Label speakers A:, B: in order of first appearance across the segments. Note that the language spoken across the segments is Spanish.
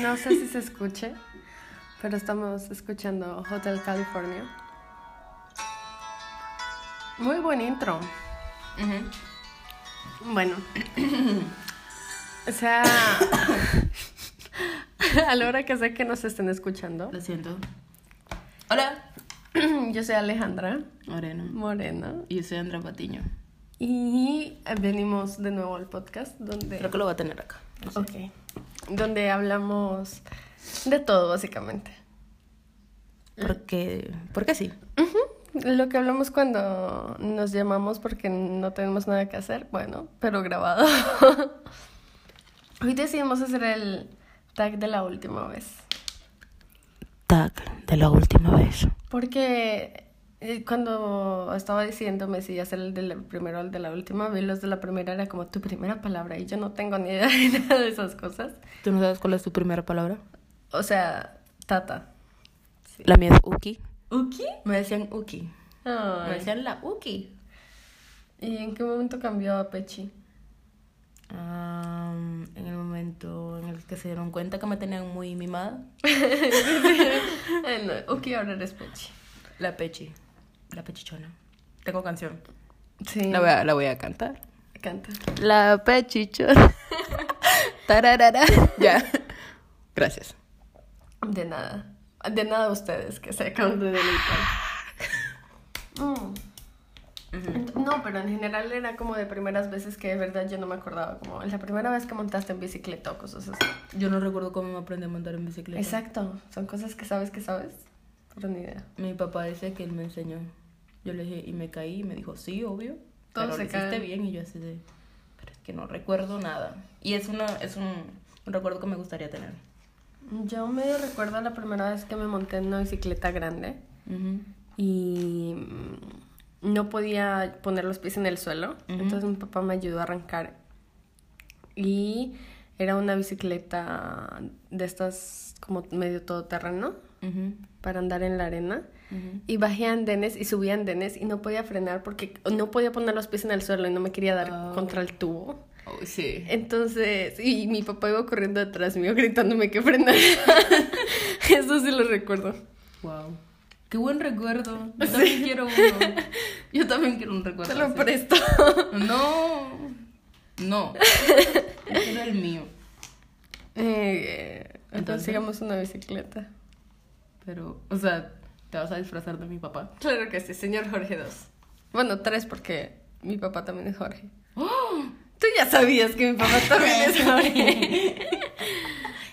A: No sé si se escuche, pero estamos escuchando Hotel California. Muy buen intro. Bueno. O sea, a la hora que sé que nos estén escuchando,
B: Lo siento. Hola.
A: yo soy Alejandra
B: Moreno.
A: Moreno
B: Y yo soy Andrea Patiño.
A: y venimos de nuevo al podcast
B: Creo
A: donde,
B: que lo va a tener acá.
A: Ok. donde hablamos de todo básicamente.
B: Porque, porque sí.
A: Ujú, Lo que hablamos cuando nos llamamos porque no tenemos nada que hacer, bueno, pero grabado. Hoy decidimos hacer el tag de la última vez.
B: Tag de la última vez.
A: Porque eh, cuando estaba diciéndome si hacer el del primero o el de la última vez, los de la primera era como tu primera palabra y yo no tengo ni idea de nada de esas cosas.
B: ¿Tú no sabes cuál es tu primera palabra?
A: O sea, tata.
B: La mía es Uki.
A: ¿Uki?
B: Me decían Uki. Me
A: Ay.
B: decían la Uki.
A: ¿Y en qué momento cambió a Pechi?
B: Am, en el momento en el que se dieron cuenta que me tenían muy mimada.
A: Eh, no, Uki ahora eres Pechi.
B: La Pechi. La Pechichona. Tengo canción.
A: Sí.
B: La voy a, la voy a cantar.
A: Canta.
B: La Pechichona. Tararara. Ya. Gracias.
A: De nada. De nada ustedes que se acaban de deleitar. Mm. Ent- No, pero en general era como de primeras veces que de verdad yo no me acordaba, como la primera vez que montaste en bicicleta o cosas así.
B: Yo no recuerdo cómo me aprendí a montar en bicicleta.
A: Exacto, son cosas que sabes que sabes, pero ni idea.
B: Mi papá dice que él me enseñó. Yo le dije, y me caí, y me dijo, sí, obvio.
A: Todo
B: pero
A: se
B: lo hiciste
A: cae.
B: bien, y yo así de, pero es que no recuerdo nada. Y es, una, es un, un recuerdo que me gustaría tener.
A: Yo medio recuerdo la primera vez que me monté en una bicicleta grande y mm, no podía poner los pies en el suelo, entonces mi papá me ayudó a arrancar y era una bicicleta de estas como medio todoterreno
B: Ujú,
A: para andar en la arena.
B: ujú.
A: Y bajé andenes y subí andenes y no podía frenar porque no podía poner los pies en el suelo y no me quería dar
B: Oh.
A: contra el tubo.
B: Oh, sí.
A: Eh, Entonces, y mi papá iba corriendo detrás mío gritándome que frenara. Eso sí lo recuerdo.
B: Wow. Qué buen recuerdo. Yo también quiero uno. Yo también quiero un recuerdo.
A: Te lo
B: así.
A: presto.
B: No. No. Ese era el mío.
A: Eh,
B: Entonces.
A: consigamos una bicicleta.
B: Pero, o sea, te vas a disfrazar de mi papá.
A: Claro que sí, señor Jorge 2. Bueno, tres porque mi papá también es Jorge. Tú ya sabías que mi papá también es Jorge.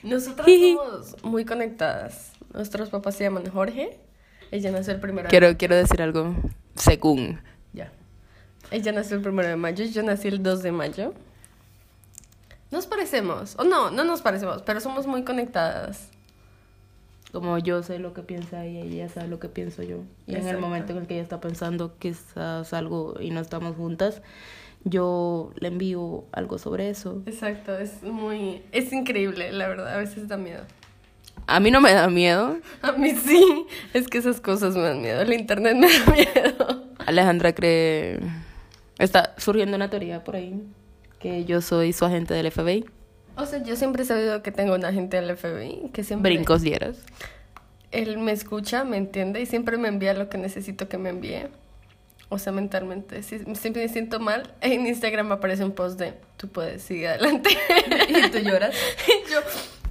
A: Nosotras somos muy conectadas. Nuestros papás se llaman Jorge. Ella nació el primero. de-
B: Quiero, quiero decir algo. Según. Ya.
A: Ella nació el primero de mayo. Yo nací el 2 de mayo. Nos parecemos. O no, no nos parecemos, pero somos muy conectadas.
B: Como yo sé lo que piensa ella y ella sabe lo que pienso yo. Y en
A: Exacto.
B: el momento en el que ella está pensando quizás algo y no estamos juntas, yo le envío algo sobre eso.
A: Exacto, es muy. Es increíble, la verdad. A veces da miedo.
B: A mí no me da miedo.
A: A mí sí, es que esas cosas me dan miedo, el internet me da miedo.
B: Alejandra cree... Está surgiendo una teoría por ahí que yo soy su agente del FBI.
A: O sea, yo siempre he sabido que tengo un agente del FBI, que siempre...
B: Brincos dieras.
A: Él me escucha, me entiende y siempre me envía lo que necesito que me envíe. O sea, mentalmente. Si siempre me siento mal, en Instagram me aparece un post de, tú puedes, sigue adelante.
B: ¿Y tú lloras?
A: Y yo,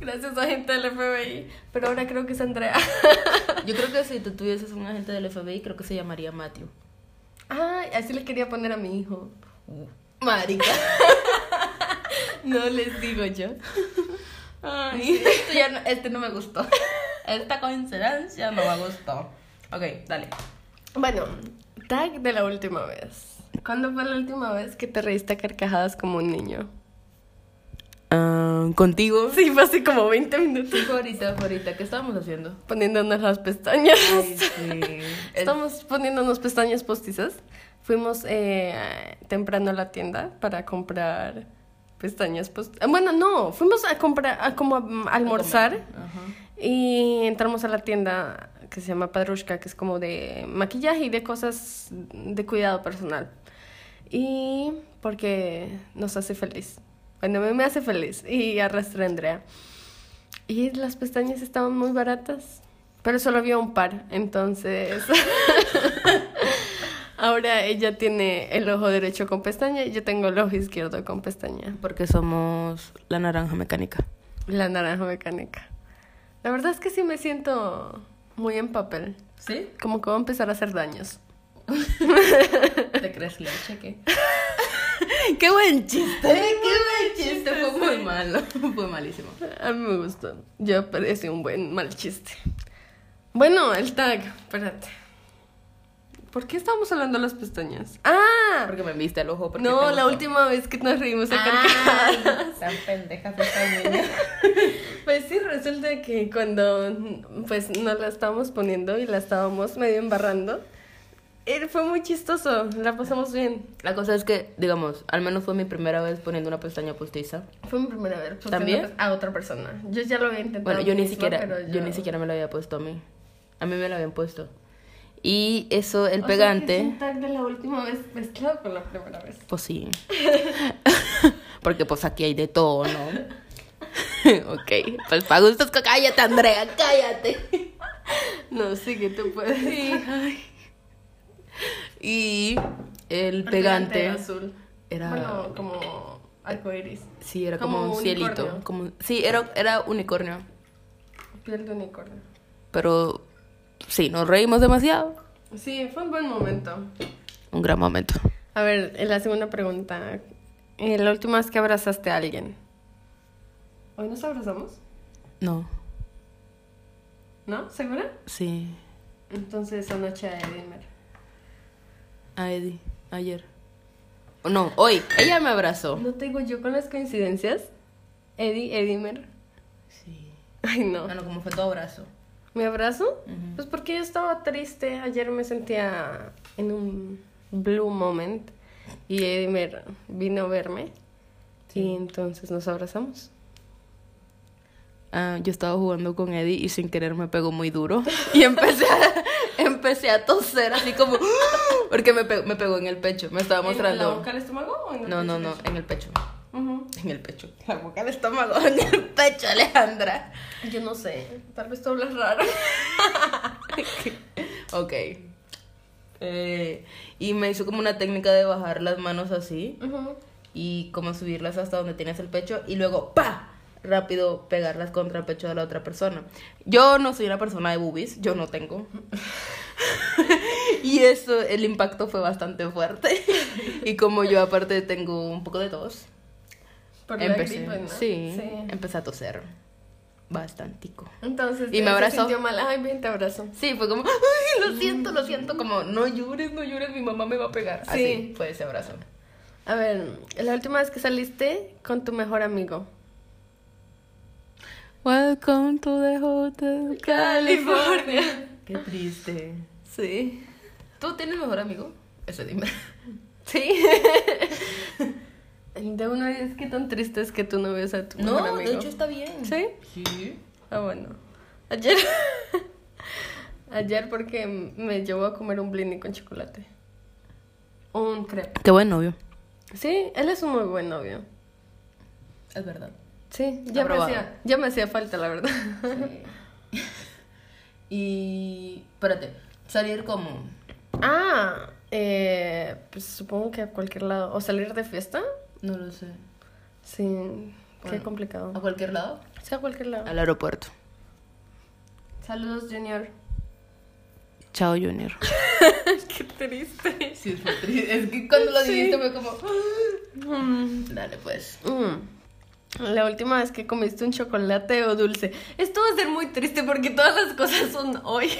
A: gracias agente del FBI, pero ahora creo que es Andrea.
B: Yo creo que si tú tuvieses un agente del FBI, creo que se llamaría Matthew.
A: Ay, así le quería poner a mi hijo.
B: Marica.
A: No les digo yo.
B: Ay, esto ya no- este no me gustó. Esta coincidencia no me gustó. Ok, dale.
A: Bueno, tag de la última vez. ¿Cuándo fue la última vez que te reíste a carcajadas como un niño?
B: Ah, Contigo.
A: Sí, fue así como 20 minutos
B: Ahorita, ahorita, ¿qué estábamos haciendo?
A: poniéndonos las pestañas.
B: sí.
A: Estamos poniéndonos pestañas postizas. Fuimos eh, temprano a la tienda para comprar pestañas postizas. Bueno, no, fuimos a comprar, a como a almorzar. Y entramos a la tienda que se llama Padrushka, que es como de maquillaje y de cosas de cuidado personal. Y porque nos hace feliz. Bueno, a mí me hace feliz. Y arrastré a Andrea. Y las pestañas estaban muy baratas. Pero solo había un par, entonces. Ahora ella tiene el ojo derecho con pestaña y yo tengo el ojo izquierdo con pestaña.
B: Porque somos la naranja mecánica.
A: La naranja mecánica. La verdad es que sí me siento muy en papel.
B: ¿Sí?
A: Como que voy a empezar a hacer daños.
B: ¿Te crees leche? ¿Qué?
A: ¡Qué buen chiste!
B: ¡Qué buen chiste! Fue muy malo. Fue malísimo.
A: A mí me gustó. Yo parecí un buen mal chiste. Bueno, el tag. Espérate. ¿Por qué estábamos hablando de las pestañas? ¡Ah!
B: Porque me viste el ojo. porque
A: No,
B: tengo
A: la
B: todo.
A: última Ah, vez que nos reímos a
B: Ah. Ay,
A: carcajadas.
B: tan pendeja fue esta niña.
A: Pues sí, resulta que cuando pues no la estábamos poniendo y la estábamos medio embarrando, eh, fue muy chistoso, la pasamos bien.
B: La cosa es que, digamos, al menos fue mi primera vez poniendo una pestaña postiza.
A: Fue mi primera vez pues,
B: ¿También?
A: siendo a otra persona. Yo ya lo había intentado.
B: Bueno, yo ni
A: misma,
B: siquiera,
A: pero
B: yo... ni siquiera me la había puesto a mí. A mí me la habían puesto. Y eso, el
A: O sea, que
B: pegante.
A: es un tag de la última vez mezclado con la primera vez.
B: Pues sí. Porque pues aquí hay de todo, ¿no? ok. Pues para gustos, co- cállate, Andrea, cállate.
A: No, sí que tú puedes.
B: Y el pegante
A: azul.
B: era...
A: Bueno, como arcoiris.
B: Sí, era
A: como
B: como, un
A: unicornio.
B: cielito. Como, sí, era, era unicornio.
A: Piel de unicornio.
B: Pero sí, nos reímos demasiado.
A: Sí, fue un buen momento.
B: Un gran momento.
A: A ver, eh, la segunda pregunta. Eh, La última vez que abrazaste a alguien. ¿Hoy nos abrazamos?
B: No,
A: ¿No? ¿Segura?
B: sí.
A: Entonces, anoche a Edimer.
B: A Eddie, ayer. No, hoy. Ella me abrazó.
A: ¿No te digo yo con las coincidencias? Eddie, Edimer.
B: Sí.
A: Ay, no.
B: Bueno, como fue tu abrazo.
A: ¿Me abrazo? Pues porque yo estaba triste. Ayer me sentía en un blue moment. Y Edimer vino a verme. Y entonces nos abrazamos.
B: Ah, yo estaba jugando con Eddie y sin querer me pegó muy duro. Y empecé a, empecé a toser así como... Porque me, pe- me pegó en el pecho. Me estaba
A: ¿En
B: mostrando...
A: la boca, el estómago o en el
B: No, no, no,
A: pecho?
B: en el pecho.
A: Ujú.
B: En el pecho. La boca, el estómago, en el pecho, Alejandra.
A: Yo no sé. Tal vez tú hablas raro.
B: Ok. Eh, y me hizo como una técnica de bajar las manos así
A: Ujú.
B: y como subirlas hasta donde tienes el pecho y luego ¡pa! rápido pegarlas contra el pecho de la otra persona. Yo no soy una persona de boobies, yo no tengo. y eso, el impacto fue bastante fuerte. y como yo aparte tengo un poco de tos,
A: Por la
B: empecé,
A: gripe, ¿no?
B: sí, empecé a toser bastantico.
A: Entonces,
B: Y
A: él
B: me
A: se
B: abrazó.
A: sintió mal. Ay, bien, te abrazo.
B: Sí, fue como, ay, lo siento, lo siento, como, no llores, no llores, mi mamá me va a pegar. Así
A: Sí.
B: fue ese abrazo.
A: A ver, la última vez que saliste con tu mejor amigo.
B: Welcome to the Hotel
A: California.
B: Qué triste.
A: Sí.
B: ¿Tú tienes mejor amigo? Eso dime.
A: Sí. De una vez, qué tan triste es que tú no veas a tu mejor
B: No,
A: amigo.
B: de hecho está bien.
A: ¿Sí?
B: Sí.
A: Ah, bueno. Ayer. Ayer porque me llevó a comer un blini con chocolate. Un crepe.
B: Qué buen novio.
A: Sí, él es un muy buen novio.
B: Es verdad.
A: Sí, ya me,
B: Aprobado.
A: hacía, ya me hacía falta, la verdad.
B: y, espérate, salir como...
A: Ah, eh, pues supongo que a cualquier lado. ¿O salir de fiesta?
B: No lo sé.
A: Sí, qué
B: Bueno.
A: complicado.
B: ¿A cualquier lado?
A: Sí, a cualquier lado.
B: Oh. Al aeropuerto.
A: Saludos, Junior.
B: Chao, Junior.
A: qué triste.
B: Sí, fue triste. Es que cuando lo
A: Sí.
B: dijiste fue como... Dale, pues.
A: Mm. La última vez que comiste un chocolate o dulce. Esto va a ser muy triste porque todas las cosas son hoy.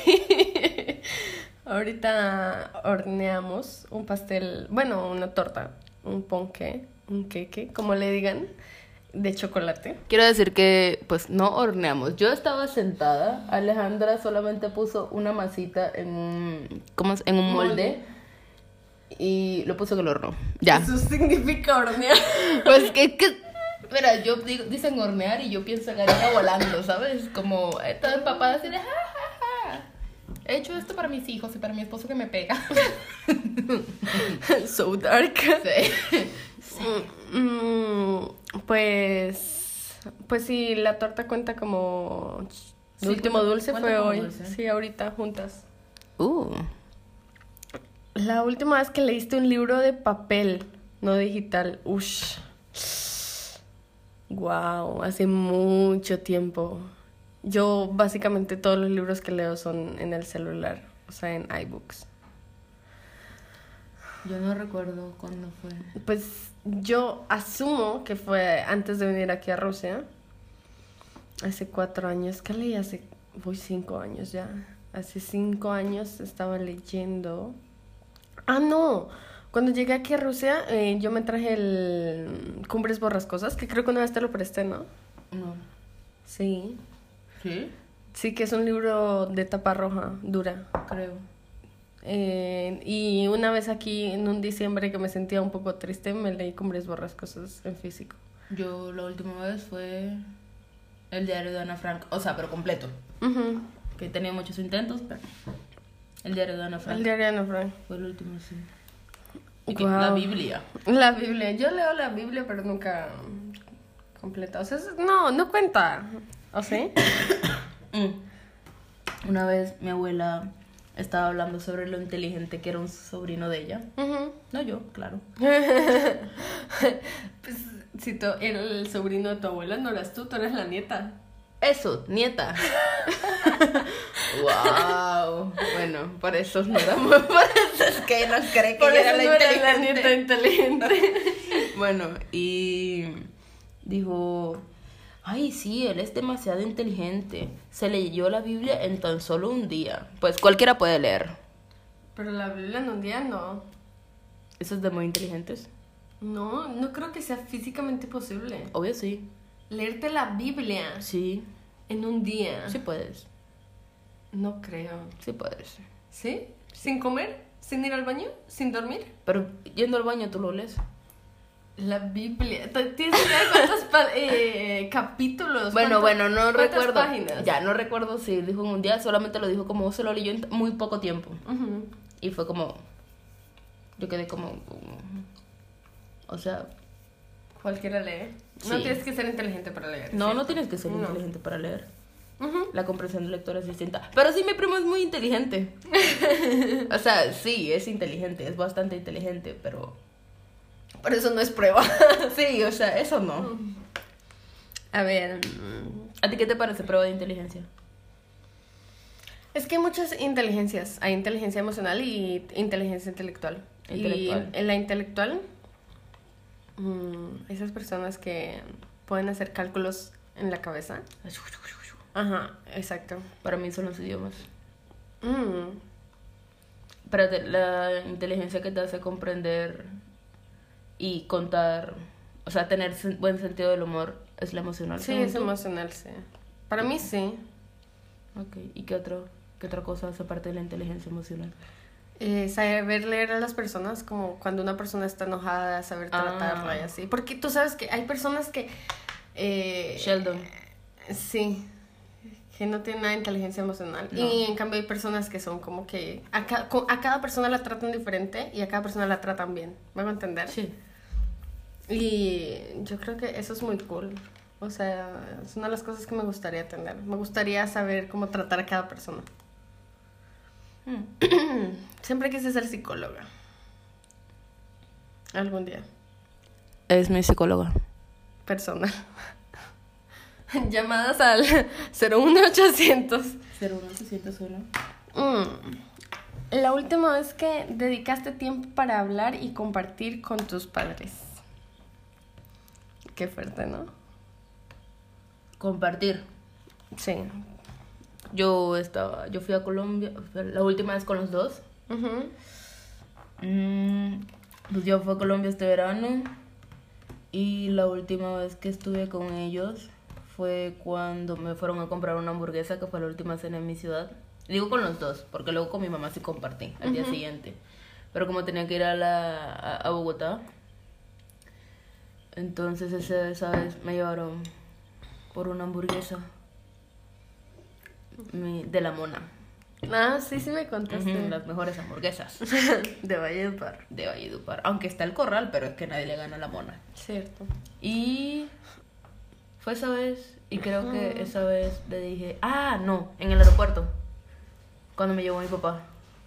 A: Ahorita horneamos un pastel, bueno, una torta, un ponqué, un queque, como le digan, de chocolate.
B: Quiero decir que, pues, no horneamos. Yo estaba sentada, Alejandra solamente puso una masita en un, ¿cómo es? En un molde y lo puso en el horno. Ya.
A: Eso significa hornear.
B: Pues que, que... Mira, yo digo, dicen hornear y yo pienso en harina volando, ¿sabes? Como eh, toda empapada así de, ja, ja, ja. He hecho esto para mis hijos y para mi esposo que me pega.
A: so dark.
B: Sí.
A: Mm, mm, pues Pues sí, la torta cuenta como... El
B: Sí,
A: último
B: cuenta-
A: dulce
B: cuenta
A: fue
B: como
A: hoy.
B: dulce.
A: Sí, ahorita, juntas.
B: Uh.
A: La última vez que leíste un libro de papel, no digital. Ush. Wow, hace mucho tiempo. Yo básicamente todos los libros que leo son en el celular, o sea, en iBooks.
B: Yo no recuerdo cuándo fue.
A: Pues yo asumo que fue antes de venir aquí a Rusia. Hace cuatro años, ¿qué leí? Hace, voy cinco años ya. Hace cinco años estaba leyendo. Ah, no. Cuando llegué aquí a Rusia, eh, yo me traje el Cumbres Borrascosas, que creo que una vez te lo presté, ¿no?
B: No.
A: Sí.
B: ¿Sí?
A: Sí, que es un libro de tapa roja, dura.
B: Creo.
A: Eh, y una vez aquí, en un diciembre que me sentía un poco triste, me leí Cumbres Borrascosas en físico.
B: Yo la última vez fue el diario de Ana Frank. O sea, pero completo.
A: Ujú.
B: Que tenía muchos intentos, pero el diario de Ana Frank
A: El diario de Ana Frank.
B: fue el último, sí. Y que- La
A: Guau.
B: Biblia.
A: La Biblia. Yo leo la Biblia, pero nunca mm, completa. O sea, es- no, no cuenta. ¿O sí?
B: Mm. Una vez mi abuela estaba hablando sobre lo inteligente que era un sobrino de ella.
A: Ujú.
B: No yo, claro.
A: Pues, si tú eres el sobrino de tu abuela, no eras tú, tú eres la nieta.
B: Eso, nieta. wow. Bueno, por eso no era por eso es que nos cree que
A: Por
B: yo
A: eso
B: era la
A: no eres la
B: inteligente.
A: nieta inteligente.
B: Bueno, y dijo, ay, sí, él es demasiado inteligente. Se leyó la Biblia en tan solo un día. Pues cualquiera puede leer.
A: Pero la Biblia en un día no.
B: Eso es de muy inteligentes.
A: No, no creo que sea físicamente posible.
B: Obvio sí.
A: Leerte la Biblia
B: Sí.
A: en un día.
B: Sí puedes.
A: No creo.
B: Sí puedes.
A: ¿Sí? ¿Sin comer? ¿Sin ir al baño? ¿Sin dormir?
B: Pero yendo al baño tú lo lees.
A: La Biblia. ¿Te- ¿Tienes idea de cuántos pa- eh, capítulos?
B: Bueno,
A: ¿Cuántas-
B: bueno, no
A: cuántas
B: recuerdo.
A: páginas?
B: Ya, no recuerdo si dijo en un día, solamente lo dijo como se lo leyó en t- muy poco tiempo.
A: Ujú.
B: Y fue como. Yo quedé como. como- o sea,
A: Cualquiera lee. No
B: Sí.
A: tienes que ser inteligente para leer.
B: no,
A: ¿sí?
B: no tienes que ser
A: No.
B: inteligente para leer.
A: Ujú.
B: La comprensión del lector es distinta. Pero sí, mi primo es muy inteligente. o sea, sí, es inteligente, es bastante inteligente, pero.
A: Por eso no es prueba.
B: sí, o sea, eso no.
A: Mm. A ver. mm,
B: ¿A ti qué te parece prueba de inteligencia?
A: Es que hay muchas inteligencias. Hay inteligencia emocional y inteligencia intelectual.
B: Intelectual.
A: Y en la intelectual, mm, esas personas que pueden hacer cálculos en la cabeza. Ajá, exacto.
B: Para mí son los idiomas.
A: Mm.
B: Pero te- la inteligencia que te hace comprender y contar, o sea, tener sen- buen sentido del humor, es la emocional.
A: Sí,
B: según
A: es
B: tú?
A: emocional, sí. Para mí sí.
B: Ok, ¿y qué, otro, qué otra cosa hace parte de la inteligencia emocional?
A: Eh, saber leer a las personas, como cuando una persona está enojada, saber
B: Ah.
A: tratarla y así. Porque tú sabes que hay personas que... eh,
B: Sheldon.
A: Sí, que no tienen nada de inteligencia emocional.
B: No.
A: Y en cambio hay personas que son como que... A, ca- co- a cada persona la tratan diferente y a cada persona la tratan bien. ¿Me van a entender?
B: Sí.
A: Y yo creo que eso es muy cool. O sea, es una de las cosas que me gustaría tener. Me gustaría saber cómo tratar a cada persona.
B: Hmm.
A: Siempre quise ser psicóloga. Algún día.
B: Es mi psicóloga.
A: Personal. Llamadas al 01800.
B: 01801.
A: Mm. La última vez que dedicaste tiempo para hablar y compartir con tus padres. Qué fuerte, ¿no?
B: Compartir.
A: Sí.
B: Yo estaba, yo fui a Colombia, la última vez con los dos.
A: Ujú.
B: Mm, pues yo fui a Colombia este verano y la última vez que estuve con ellos fue cuando me fueron a comprar una hamburguesa que fue la última cena en mi ciudad. Digo con los dos, porque luego con mi mamá sí compartí al día siguiente. Pero como tenía que ir a, la, a, a Bogotá, entonces esa, esa vez me llevaron por una hamburguesa Mi- de la mona.
A: Ah, sí, sí me contaste.
B: Ujú, Las mejores hamburguesas
A: De Valledupar.
B: de Valledupar. Aunque está el corral, pero es que nadie le gana a la mona.
A: Cierto.
B: Y Fue esa vez y creo que esa vez le dije, ah, no, en el aeropuerto, cuando me llevó mi papá.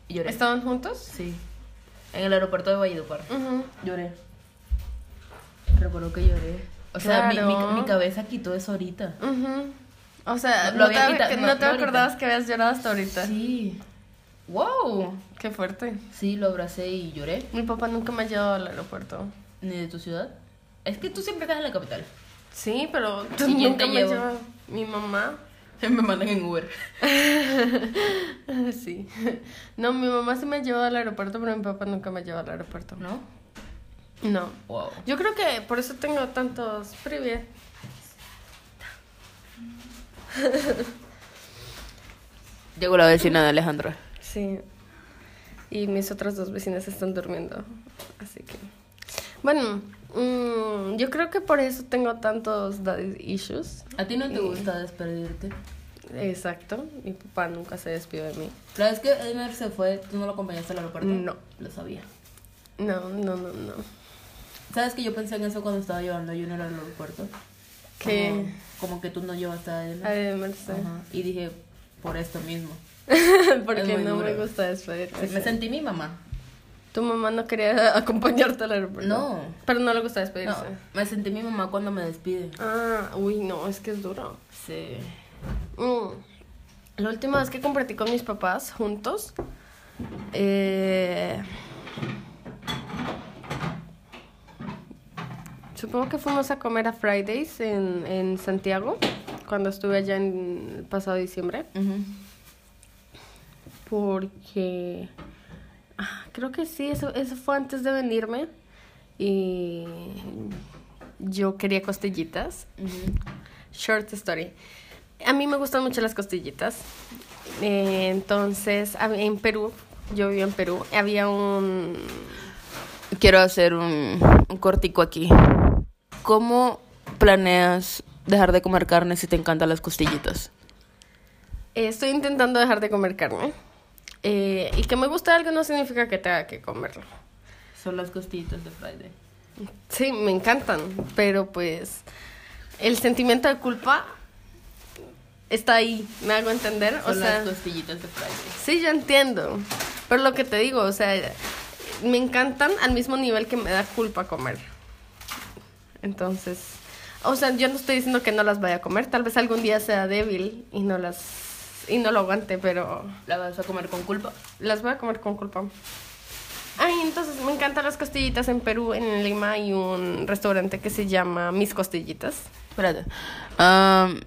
B: Y lloré.
A: ¿Estaban juntos?
B: Sí, en el aeropuerto de Valledupar.
A: Ujú.
B: Lloré. Recuerdo que lloré. O sea, mi-
A: Claro.
B: mi, mi cabeza quitó eso ahorita.
A: Ujú. O sea,
B: Lo
A: no,
B: había
A: te,
B: quitado-
A: que-
B: no,
A: no te
B: no ahorita.
A: acordabas que habías llorado hasta ahorita.
B: Sí. ¡Wow!
A: Qué fuerte.
B: Sí, lo abracé y lloré.
A: Mi papá nunca me ha llevado al aeropuerto.
B: Ni de tu ciudad. Es que tú siempre estás en la capital.
A: Sí, pero tú
B: ¿Y quién
A: nunca
B: te
A: me ha
B: llevó?
A: llevado. Mi mamá.
B: Me mandan en Uber.
A: sí. No, mi mamá sí me ha llevado al aeropuerto, pero mi papá nunca me ha llevado al aeropuerto.
B: ¿No?
A: No.
B: Wow.
A: Yo creo que por eso tengo tantos privies.
B: Llegó la vecina de Alejandra.
A: Sí. Y mis otras dos vecinas están durmiendo. Así que. Bueno, mm, yo creo que por eso tengo tantos daddy issues.
B: ¿A ti no te gusta despedirte?
A: Exacto. Mi papá nunca se despidió de mí.
B: La vez que Edmer se fue, ¿tú no lo acompañaste al aeropuerto?
A: No.
B: Lo sabía.
A: No, no, no, no.
B: ¿Sabes que yo pensé en eso cuando estaba llevando a Junior al aeropuerto?
A: Que.
B: Como, como que tú no llevaste a este. Edmer.
A: Además, sí.
B: Ajá. Y dije, por esto mismo. Es
A: porque
B: muy
A: no me
B: duro.
A: gusta despedirme.
B: Me
A: sí.
B: sentí mi mamá.
A: Tu mamá no quería acompañarte al aeropuerto.
B: No.
A: Pero no le gusta
B: No,
A: despedirse.
B: me sentí mi mamá cuando me despide.
A: Ah, uy, no, es que es duro.
B: Sí.
A: Mm. La última vez que compartí con mis papás juntos, eh, supongo que fuimos a comer a Fridays en, en Santiago, cuando estuve allá en el pasado diciembre, porque ah, creo que sí, eso, eso fue antes de venirme y yo quería costillitas. Short story. A mí me gustan mucho las costillitas. Eh, entonces, a- en Perú, yo vivo en Perú, había un...
B: Quiero hacer un, un cortico aquí. ¿Cómo planeas dejar de comer carne si te encantan las costillitas?
A: eh, estoy intentando dejar de comer carne. Eh, y que me guste algo no significa que tenga que comerlo.
B: Son las costillitas de Friday.
A: Sí, me encantan, pero pues el sentimiento de culpa está ahí, me hago entender.
B: Son
A: o sea,
B: las costillitas de Friday.
A: Sí, yo entiendo. Pero lo que te digo, o sea, me encantan al mismo nivel que me da culpa comer. Entonces, o sea, yo no estoy diciendo que no las vaya a comer. Tal vez algún día sea débil y no las y no lo aguante, pero
B: ¿La vas a comer con culpa?
A: las voy a comer con culpa. Ay, entonces me encantan las costillitas en Perú, en Lima hay un restaurante que se llama Mis Costillitas.
B: Espérate. Am,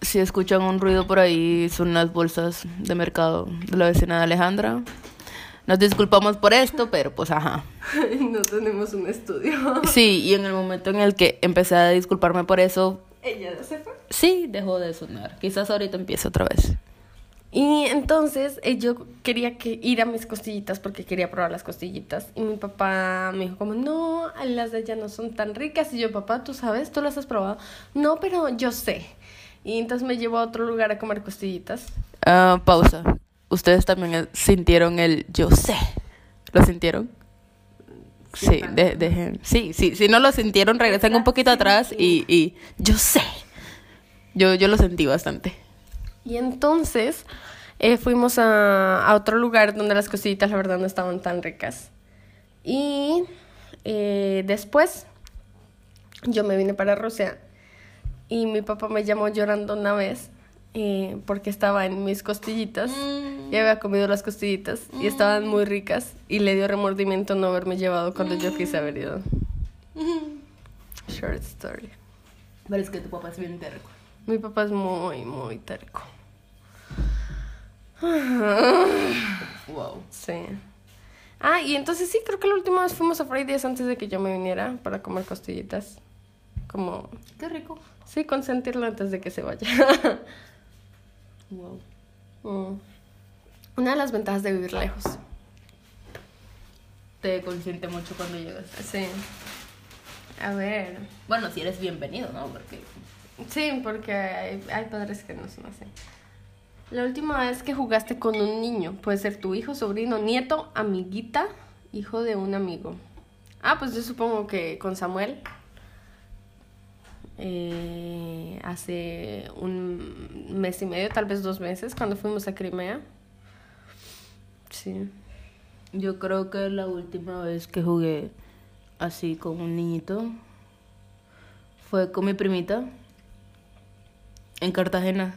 B: si escuchan un ruido por ahí, son las bolsas de mercado de la vecina de Alejandra. Nos disculpamos por esto, pero pues ajá.
A: no tenemos un estudio.
B: Sí, y en el momento en el que empecé a disculparme por eso,
A: Ella ya se fue.
B: sí, dejó de sonar. Quizás ahorita empiece otra vez.
A: Y entonces eh, yo quería que ir a mis costillitas porque quería probar las costillitas. Y mi papá me dijo como, no, las de allá no son tan ricas. Y yo, papá, tú sabes, tú las has probado. No, pero yo sé. Y entonces me llevó a otro lugar a comer costillitas.
B: Ah, pausa. Ustedes también eh, sintieron el yo sé. ¿Lo sintieron? Sí, de- dejen. Sí, sí, si no lo sintieron, regresen un poquito atrás y, y yo sé. Yo, yo lo sentí bastante.
A: Y entonces eh, fuimos a, a otro lugar donde las costillitas la verdad no estaban tan ricas. Y eh, después yo me vine para Rusia y mi papá me llamó llorando una vez eh, porque estaba en mis costillitas
B: Mm.
A: y había comido las costillitas y estaban muy ricas y le dio remordimiento no haberme llevado cuando yo quise haber ido. Short story.
B: Pero es que tu papá es bien terco.
A: Mi papá es muy, muy terco.
B: Wow.
A: Sí. Ah, y entonces sí, creo que la última vez fuimos a Fridays antes de que yo me viniera para comer costillitas. Como,
B: Qué rico.
A: sí, consentirlo antes de que se vaya.
B: Wow.
A: Mm. Una de las ventajas de vivir lejos.
B: Te consiente mucho cuando llegas.
A: Sí. A ver.
B: Bueno, si eres bienvenido, ¿no? Porque
A: Sí, porque hay, hay padres que no son así. La última vez que jugaste con un niño, puede ser tu hijo, sobrino, nieto, amiguita, hijo de un amigo. Ah, pues yo supongo que con Samuel. eh, hace un mes y medio, tal vez dos meses, cuando fuimos a Crimea. Sí.
B: Yo creo que la última vez que jugué así con un niñito fue con mi primita en Cartagena,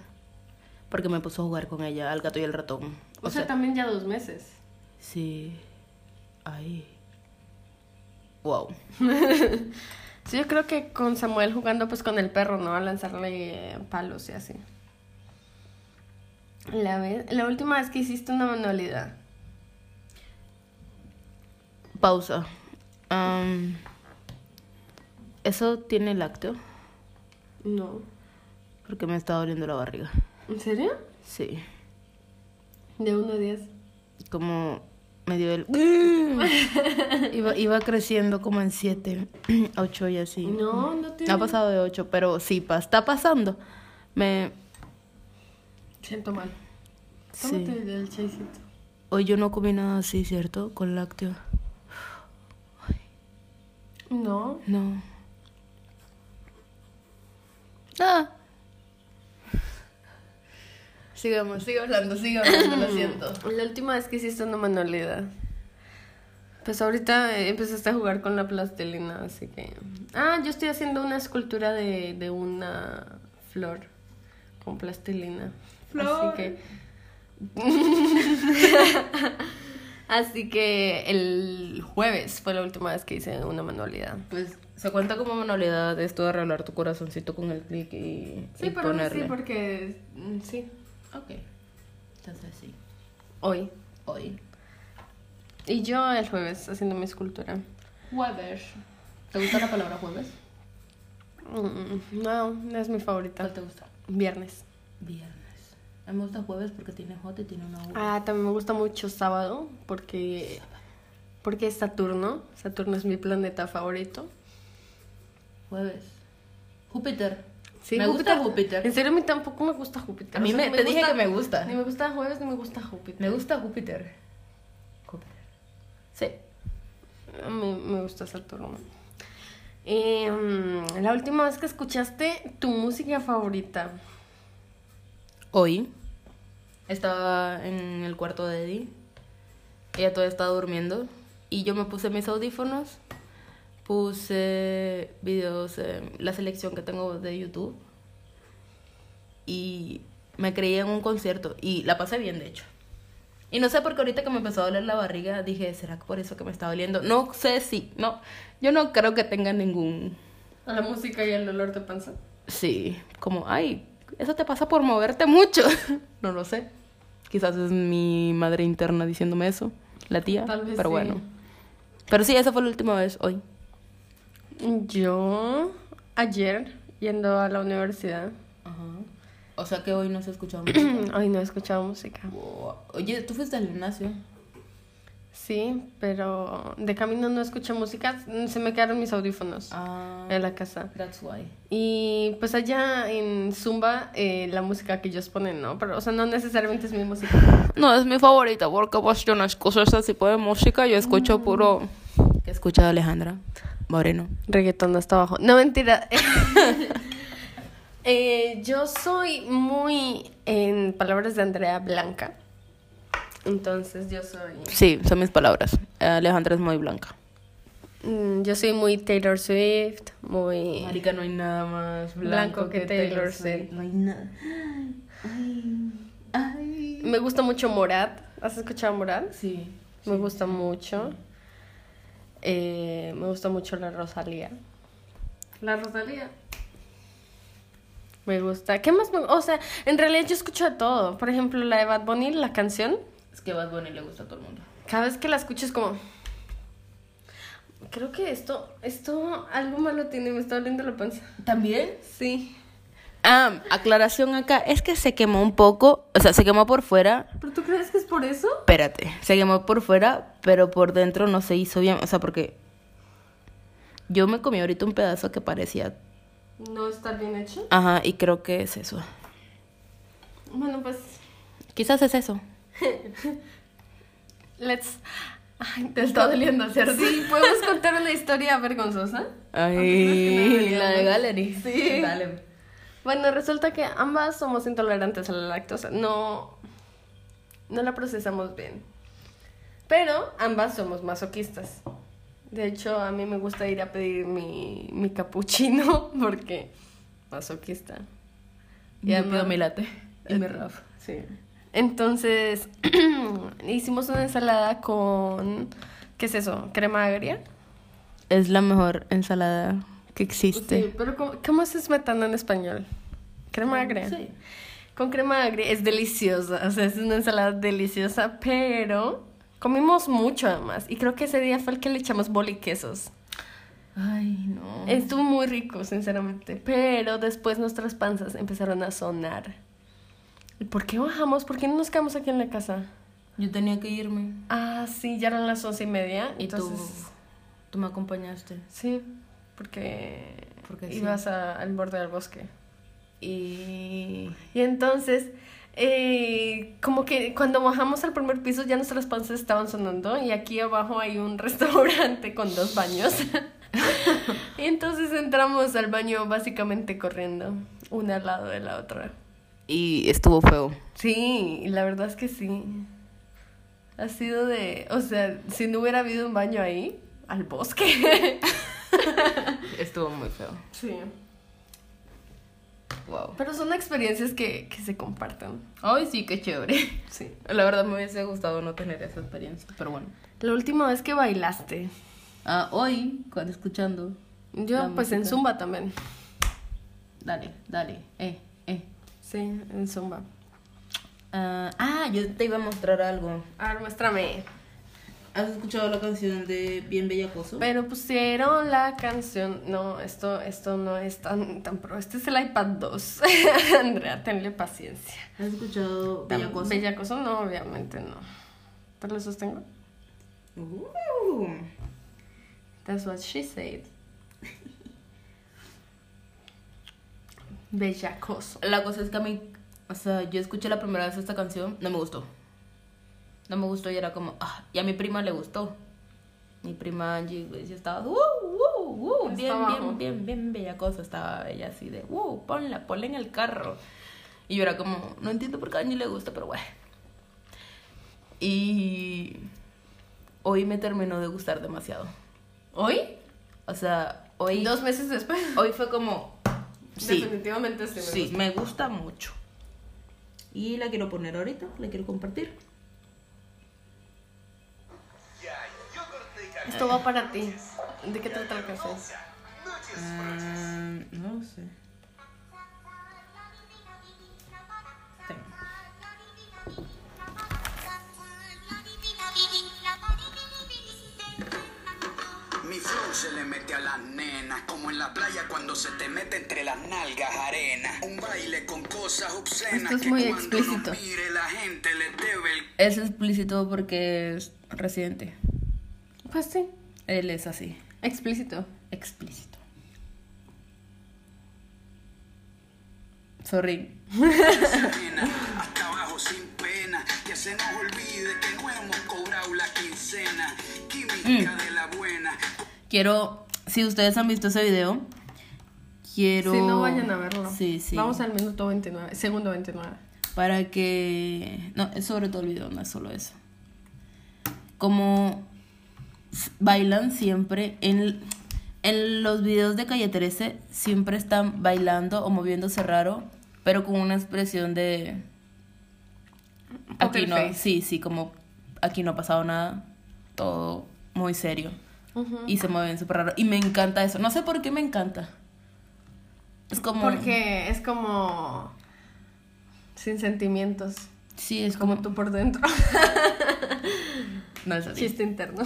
B: porque me puso a jugar con ella, al gato y al ratón.
A: O, sea, también ya dos meses.
B: sí. Ay. Wow.
A: Sí, yo creo que con Samuel jugando pues con el perro, ¿no? A lanzarle eh, palos y así. La, vez, la última vez que hiciste una manualidad.
B: Pausa. Am, ¿Eso tiene lácteo?
A: No.
B: Porque me está doliendo la barriga.
A: ¿En serio?
B: Sí.
A: De 1 a 10.
B: Como me dio el... iba, iba creciendo como en 7, 8 y así.
A: No, no tiene.
B: Ha pasado de 8, pero sí, pa- está pasando. Me...
A: Siento mal.
B: Sí.
A: Tómate el chaycito.
B: Hoy yo no comí nada así, ¿cierto? Con lácteo.
A: No.
B: No. Ah. Sigamos, sigue hablando, sigue hablando, lo siento.
A: La última vez que hiciste una manualidad. Pues ahorita eh, empezaste a jugar con la plastilina, así que... Ah, yo estoy haciendo una escultura de, de una flor con plastilina.
B: Flor.
A: Así que... así que el jueves fue la última vez que hice una manualidad.
B: Pues se cuenta como manualidad esto de arreglar tu corazoncito con el clic y, y ponerle.
A: porque...
B: mm,
A: Sí,
B: Ok. Entonces sí.
A: hoy.
B: Hoy.
A: Y yo el jueves haciendo mi escultura.
B: Jueves. ¿Te gusta la palabra jueves?
A: Mm, No, no es mi favorita.
B: ¿Cuál te gusta?
A: Viernes.
B: Viernes. A mí me gusta jueves porque tiene J y tiene una U.
A: Ah, también me gusta mucho sábado porque porque es Saturno. Saturno es mi planeta favorito.
B: Jueves. Júpiter.
A: Sí,
B: me gusta Júpiter.
A: En serio, a mí tampoco me gusta Júpiter.
B: A mí
A: O sea,
B: me,
A: ni
B: te dije
A: gusta-
B: que me gusta.
A: Ni me gusta jueves ni me gusta Júpiter.
B: Me gusta Júpiter. Júpiter. Sí.
A: A mí me gusta Saturno. Eh, mm, la última vez que escuchaste tu música favorita.
B: Hoy estaba en el cuarto de Eddie. Ella todavía estaba durmiendo. Y yo me puse mis audífonos. Puse videos, eh, la selección que tengo de YouTube. Y me creí en un concierto. Y la pasé bien, de hecho. Y no sé por qué ahorita que me empezó a doler la barriga, dije, ¿será que por eso que me está doliendo? No sé si, no. Yo no creo que tenga ningún
A: A la música y el olor de panza.
B: Sí, como, ay, eso te pasa por moverte mucho. no lo sé. Quizás es mi madre interna diciéndome eso, la tía,
A: Tal vez
B: pero
A: sí.
B: bueno. Pero sí, esa fue la última vez, hoy.
A: Yo ayer yendo a la universidad.
B: Ajá. O sea que hoy no se escuchó
A: Hoy no he escuchado música.
B: Oye, tú fuiste al gimnasio.
A: Sí, pero de camino no escuché música, mm, se me quedaron mis audífonos
B: Ah,
A: en la casa.
B: that's why.
A: Y pues allá en Zumba, eh, la música que ellos ponen, ¿no? Pero, o sea, no necesariamente es mi música.
C: No, es mi favorita porque pues yo no escucho ese tipo de música, yo escucho puro...
B: Mm. ¿Qué escuchado Alejandra Moreno?
A: Reggaetón hasta abajo. No, mentira. Eh, yo soy muy, en palabras de Andrea Blanca. Entonces yo soy...
B: Sí, son mis palabras. Alejandra es muy blanca.
A: mm, Yo soy muy Taylor Swift, muy...
B: Marica, no hay nada más
A: Blanco que Taylor Swift.
B: No hay nada. Ay, ay.
A: Me gusta mucho Morat. ¿Has escuchado a Morat?
B: Sí.
A: Me gusta mucho. Eh, me gusta mucho la Rosalía. La Rosalía. Me gusta. ¿Qué más me O sea, en realidad yo escucho de todo. Por ejemplo, la de Bad Bunny, la canción.
B: Es que Bad Bunny le gusta a todo el mundo.
A: Cada vez que la escucho es como. Creo que esto, esto, algo malo tiene, me está doliendo la panza.
B: ¿También?
A: Sí.
B: Ah, aclaración acá. Es que se quemó un poco. O sea, se quemó por fuera.
A: ¿Pero tú crees que es por eso?
B: Espérate. Se quemó por fuera, pero por dentro no se hizo bien. O sea, porque yo me comí ahorita un pedazo que parecía.
A: No está bien hecho.
B: Ajá, y creo que es eso.
A: Bueno, pues
B: Quizás es eso.
A: Let's. Ay, te está doliendo, ¿cierto? Sí, ¿podemos contar una historia vergonzosa?
C: Ay.
B: Y la de Gallery.
A: Sí.
B: Dale.
A: Bueno, resulta que ambas somos intolerantes a la lactosa. No, no la procesamos bien. Pero ambas somos masoquistas. De hecho, a mí me gusta ir a pedir mi, mi capuchino porque masoquista.
B: Yo
A: además-
B: pido mi latte y mi rap.
A: Sí. Entonces, hicimos una ensalada con, ¿qué es eso? Crema agria.
C: Es la mejor ensalada que existe.
A: Sí, pero ¿cómo, cómo se es metano en español? Crema agria.
B: Sí.
A: Con crema agria es deliciosa, o sea, es una ensalada deliciosa, pero comimos mucho además. Y creo que ese día fue el que le echamos boli quesos.
B: Ay, no.
A: Estuvo muy rico, sinceramente, pero después nuestras panzas empezaron a sonar. ¿Y por qué bajamos? ¿Por qué no nos quedamos aquí en la casa?
B: Yo tenía que irme.
A: Ah, sí, ya eran las once y media.
B: Y
A: entonces,
B: tú, tú me acompañaste.
A: sí, porque,
B: Porque sí.
A: ibas a- al borde del bosque.
B: Y.
A: Y entonces, eh, como que cuando bajamos al primer piso ya nuestras panzas estaban sonando y aquí abajo hay un restaurante con dos baños. y entonces entramos al baño básicamente corriendo, una al lado de la otra.
C: Y estuvo feo.
A: Sí, la verdad es que sí. Ha sido de, o sea, si no hubiera habido un baño ahí, al bosque.
C: Estuvo muy feo.
A: sí.
C: Wow.
A: Pero son experiencias que, que se comparten.
B: Ay, sí, qué chévere.
A: Sí.
B: La verdad me hubiese gustado no tener esa experiencia, pero bueno.
A: La última vez que bailaste.
B: Ah, hoy, cuando escuchando,
A: Yo,
B: La
A: pues en
B: música.
A: Zumba también.
B: dale, dale, eh, eh.
A: Sí, en Zumba.
B: Ah, ah, yo te iba a mostrar algo.
A: A ver, muéstrame.
B: ¿Has escuchado la canción de Bien Bellacoso?
A: Pero pusieron la canción. No, esto, esto no es tan, tan pro. Este es el iPad 2. Andrea, tenle paciencia.
B: ¿Has escuchado
A: Tan-
B: Bellacoso?
A: Bellacoso no, obviamente no. Pero lo sostengo.
B: Uh.
A: That's what she said. Bellacoso.
B: La cosa es que a mí, o sea, yo escuché la primera vez esta canción, no me gustó. No me gustó y era como, ah, y a mi prima le gustó. Mi prima Angie, güey, sí estaba, uh, uh, uh,
A: Está
B: bien,
A: abajo.
B: bien, bien, bien, bella cosa. Estaba ella así de, uh, ponla, ponla en el carro. Y yo era como, no entiendo por qué a Angie le gusta, pero bueno. Y hoy me terminó de gustar demasiado.
A: ¿Hoy?
B: O sea, hoy,
A: Dos meses después.
B: hoy fue como, sí,
A: Definitivamente sí. me
B: Sí, me gusta mucho. Y la quiero poner ahorita, la quiero compartir.
A: gusta. Esto va para ti. ¿De qué trata la canción? Ah,
B: no lo sé.
D: Mi flow se le mete a las nenas, como en la playa cuando se te mete entre las nalgas arena. Un baile con cosas obscenas
A: Esto es
D: que
A: muy
D: cuando
A: explícito.
D: nos mire la gente le debe el
B: Es explícito porque es residente.
A: Pues sí,
B: Él es así,
A: explícito.
B: explícito. Sorry.
D: nena, hasta abajo sin pena, que se nos olvide que no hemos cobrado la quincena.
A: Mm.
D: Química de la buena,
B: Quiero, si ustedes han visto ese video, quiero...
A: Si no vayan a verlo.
B: Sí, sí.
A: Vamos al minuto 29, segundo 29.
B: para que no es sobre todo el video no es solo eso como s- bailan siempre en, en los videos de calle 13 siempre están bailando o moviéndose raro pero con una expresión de aquí
A: Poker
B: no
A: face.
B: sí sí como aquí no ha pasado nada todo muy serio y se mueven súper raro y me encanta eso no sé por qué me encanta es como
A: Porque es como sin sentimientos,
B: sí es
A: como
B: como
A: tú por dentro.
B: no es así
A: Chiste interno.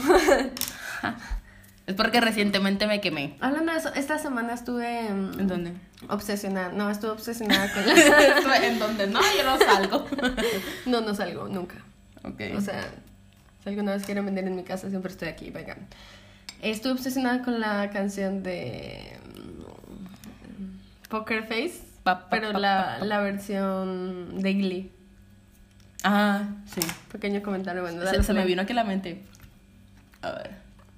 B: Es porque recientemente me quemé.
A: Hablando de eso, esta semana estuve mm,
B: ¿En dónde?
A: obsesionada, no, estuve obsesionada con la...
B: ¿En dónde? No, yo no salgo.
A: No, no salgo nunca.
B: ok.
A: O sea, si alguna vez quieren vender en mi casa, siempre estoy aquí, vengan. Estuve obsesionada con la canción de mm, Poker Face,
B: Pa, pa,
A: pero
B: pa,
A: la, la versión de Glee.
B: ah, sí.
A: Pequeño comentario, bueno, dale
B: Se, se me
A: play.
B: vino aquí a la mente. A ver.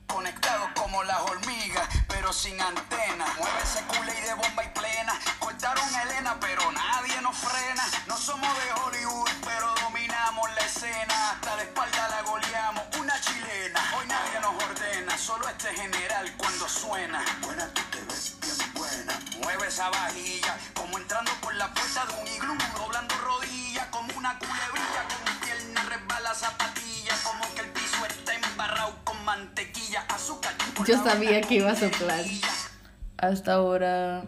D: conectados como las hormigas, pero pero sin antena. Mueve ese culé y de bomba y plena. Cortaron a Elena, pero nadie nos frena. No somos de Hollywood, pero dominamos la escena. Hasta de espalda la goleamos. Una chilena, hoy nadie nos ordena. Solo este general cuando suena. Buena, tú te ves bien buena. Mueve esa vajilla, como entrando por la puerta de un iglú, doblando rodillas, como una culebrilla con pierna resbala zapatilla, como que el piso está embarrado con mantequilla, azúcar. con
A: Yo
D: la
A: sabía
D: vaca
A: que iba a
D: con
A: soplar.
D: mantequilla.
B: Hasta ahora,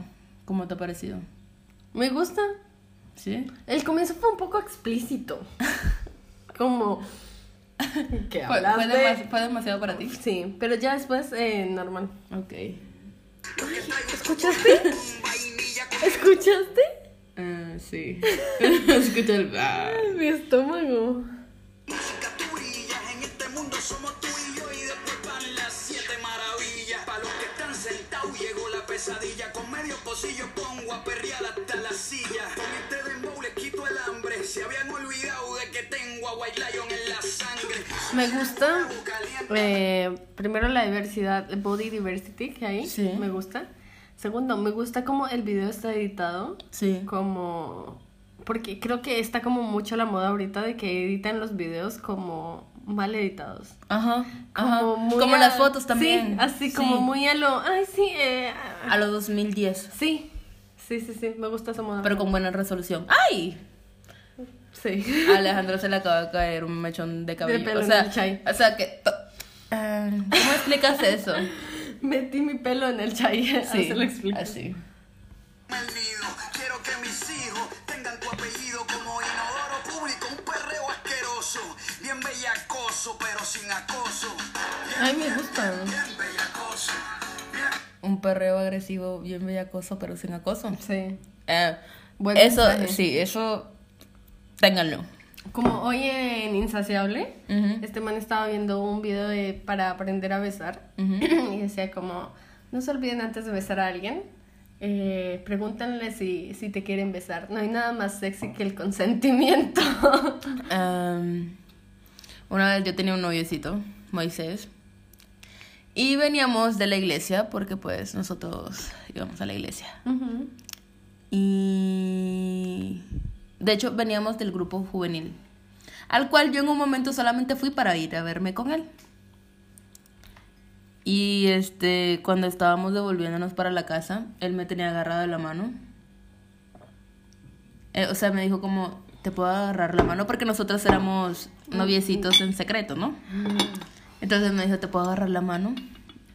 B: ¿cómo te ha parecido?
A: Me gusta.
B: ¿Sí?
A: El comienzo fue un poco explícito. Como. ¿Qué
B: Fue,
A: hablas
B: fue
A: de-
B: demasi- fue demasiado para ti.
A: Sí, pero ya después, eh, normal.
B: Ok.
A: ¿Escuchaste? ¿Escuchaste?
B: Ah, sí. Escucha el. ah.
A: Mi estómago.
D: Música tú brillas, en este mundo somos tú y yo y después van las siete maravillas. Para los que están sentados llegó la pesadilla, con medio pocillo pongo a perrear hasta la silla. Con este dembow les quito el hambre, se habían olvidado de que tengo a White Lion en la sangre.
A: Me gusta
D: Caliente.
A: eh, primero la diversidad, body diversity que hay,
B: Sí.
A: me gusta. Segundo, me gusta cómo el video está editado,
B: Sí.
A: como porque creo que está como mucho la moda ahorita de que editan los videos como mal editados.
B: Ajá. Ajá.
A: Como, muy
B: Como
A: a-
B: las fotos también.
A: Sí, así
B: Sí.
A: como muy a lo, ay sí, eh, ah,
B: A los 2010.
A: sí. Sí, sí, sí, me gusta esa moda.
B: Pero con buena resolución. ¡Ay!
A: sí.
B: A Alejandro se le acaba de caer un mechón de cabello.
A: pelo
B: o,
A: en
B: sea,
A: el chai.
B: o sea que. to- Ah, ¿Cómo explicas eso?
A: Metí mi pelo en el chai, sí, Ah, se lo explico.
B: Así.
D: Maldido, quiero que mis hijos tengan tu apellido como inodoro público, un perreo asqueroso, bien bellacoso, pero sin acoso.
B: Ay, me gusta.
D: Bien bellacoso, bien
B: Un perreo agresivo, bien bellacoso, pero sin acoso.
A: Sí.
B: Eh,
A: Buen
B: eso,
A: mensaje.
B: sí, eso. Ténganlo.
A: Como hoy en Insaciable,
B: Ujú.
A: este man estaba viendo un video de, para aprender a besar y decía como, no se olviden antes de besar a alguien, eh, pregúntenle si, si te quieren besar. No hay nada más sexy que el consentimiento.
B: Am, Ah, una vez yo tenía un noviecito, Moisés, y veníamos de la iglesia porque pues nosotros íbamos a la iglesia.
A: Ujú.
B: Y de hecho veníamos del grupo juvenil, al cual yo en un momento solamente fui para ir a verme con él. Y este, cuando estábamos devolviéndonos para la casa, él me tenía agarrado de la mano. Eh, o sea, me dijo como, te puedo agarrar la mano porque nosotros éramos noviecitos en secreto, ¿no? Entonces me dijo, te puedo agarrar la mano.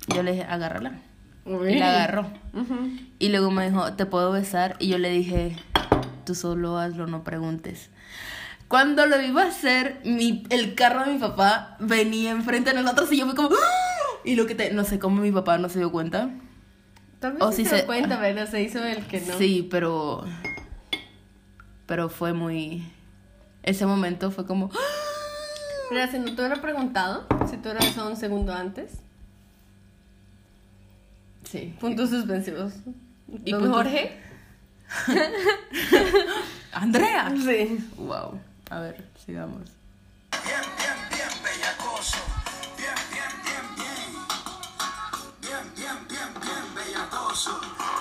B: Yo le dije, agárrala. Y
A: Uy.
B: la agarró.
A: Ujú.
B: Y luego me dijo, ¿te puedo besar? Y yo le dije, tú solo hazlo, no preguntes. Cuando lo iba a hacer, mi, el carro de mi papá venía enfrente de nosotros y yo fui como... "¡Ah!". Y lo que te... No sé cómo mi papá no se dio cuenta.
A: Tal vez
B: O
A: sí
B: si
A: se,
B: se-
A: dio cuenta, pero se hizo el que no.
B: Sí, pero... Pero fue muy... Ese momento fue como... "¡Ah!".
A: Mira, si no te hubiera preguntado, si te hubiera besado un segundo antes,
B: Sí.
A: puntos suspensivos.
B: ¿Y
A: Don
B: puntos-
A: Jorge?
B: ¡Andrea!
A: Sí.
B: Wow. A ver, sigamos.
D: Bien, bien, bien, bellacoso. Bien, bien, bien, bien. Bien, bien, bien, bien, bellacoso.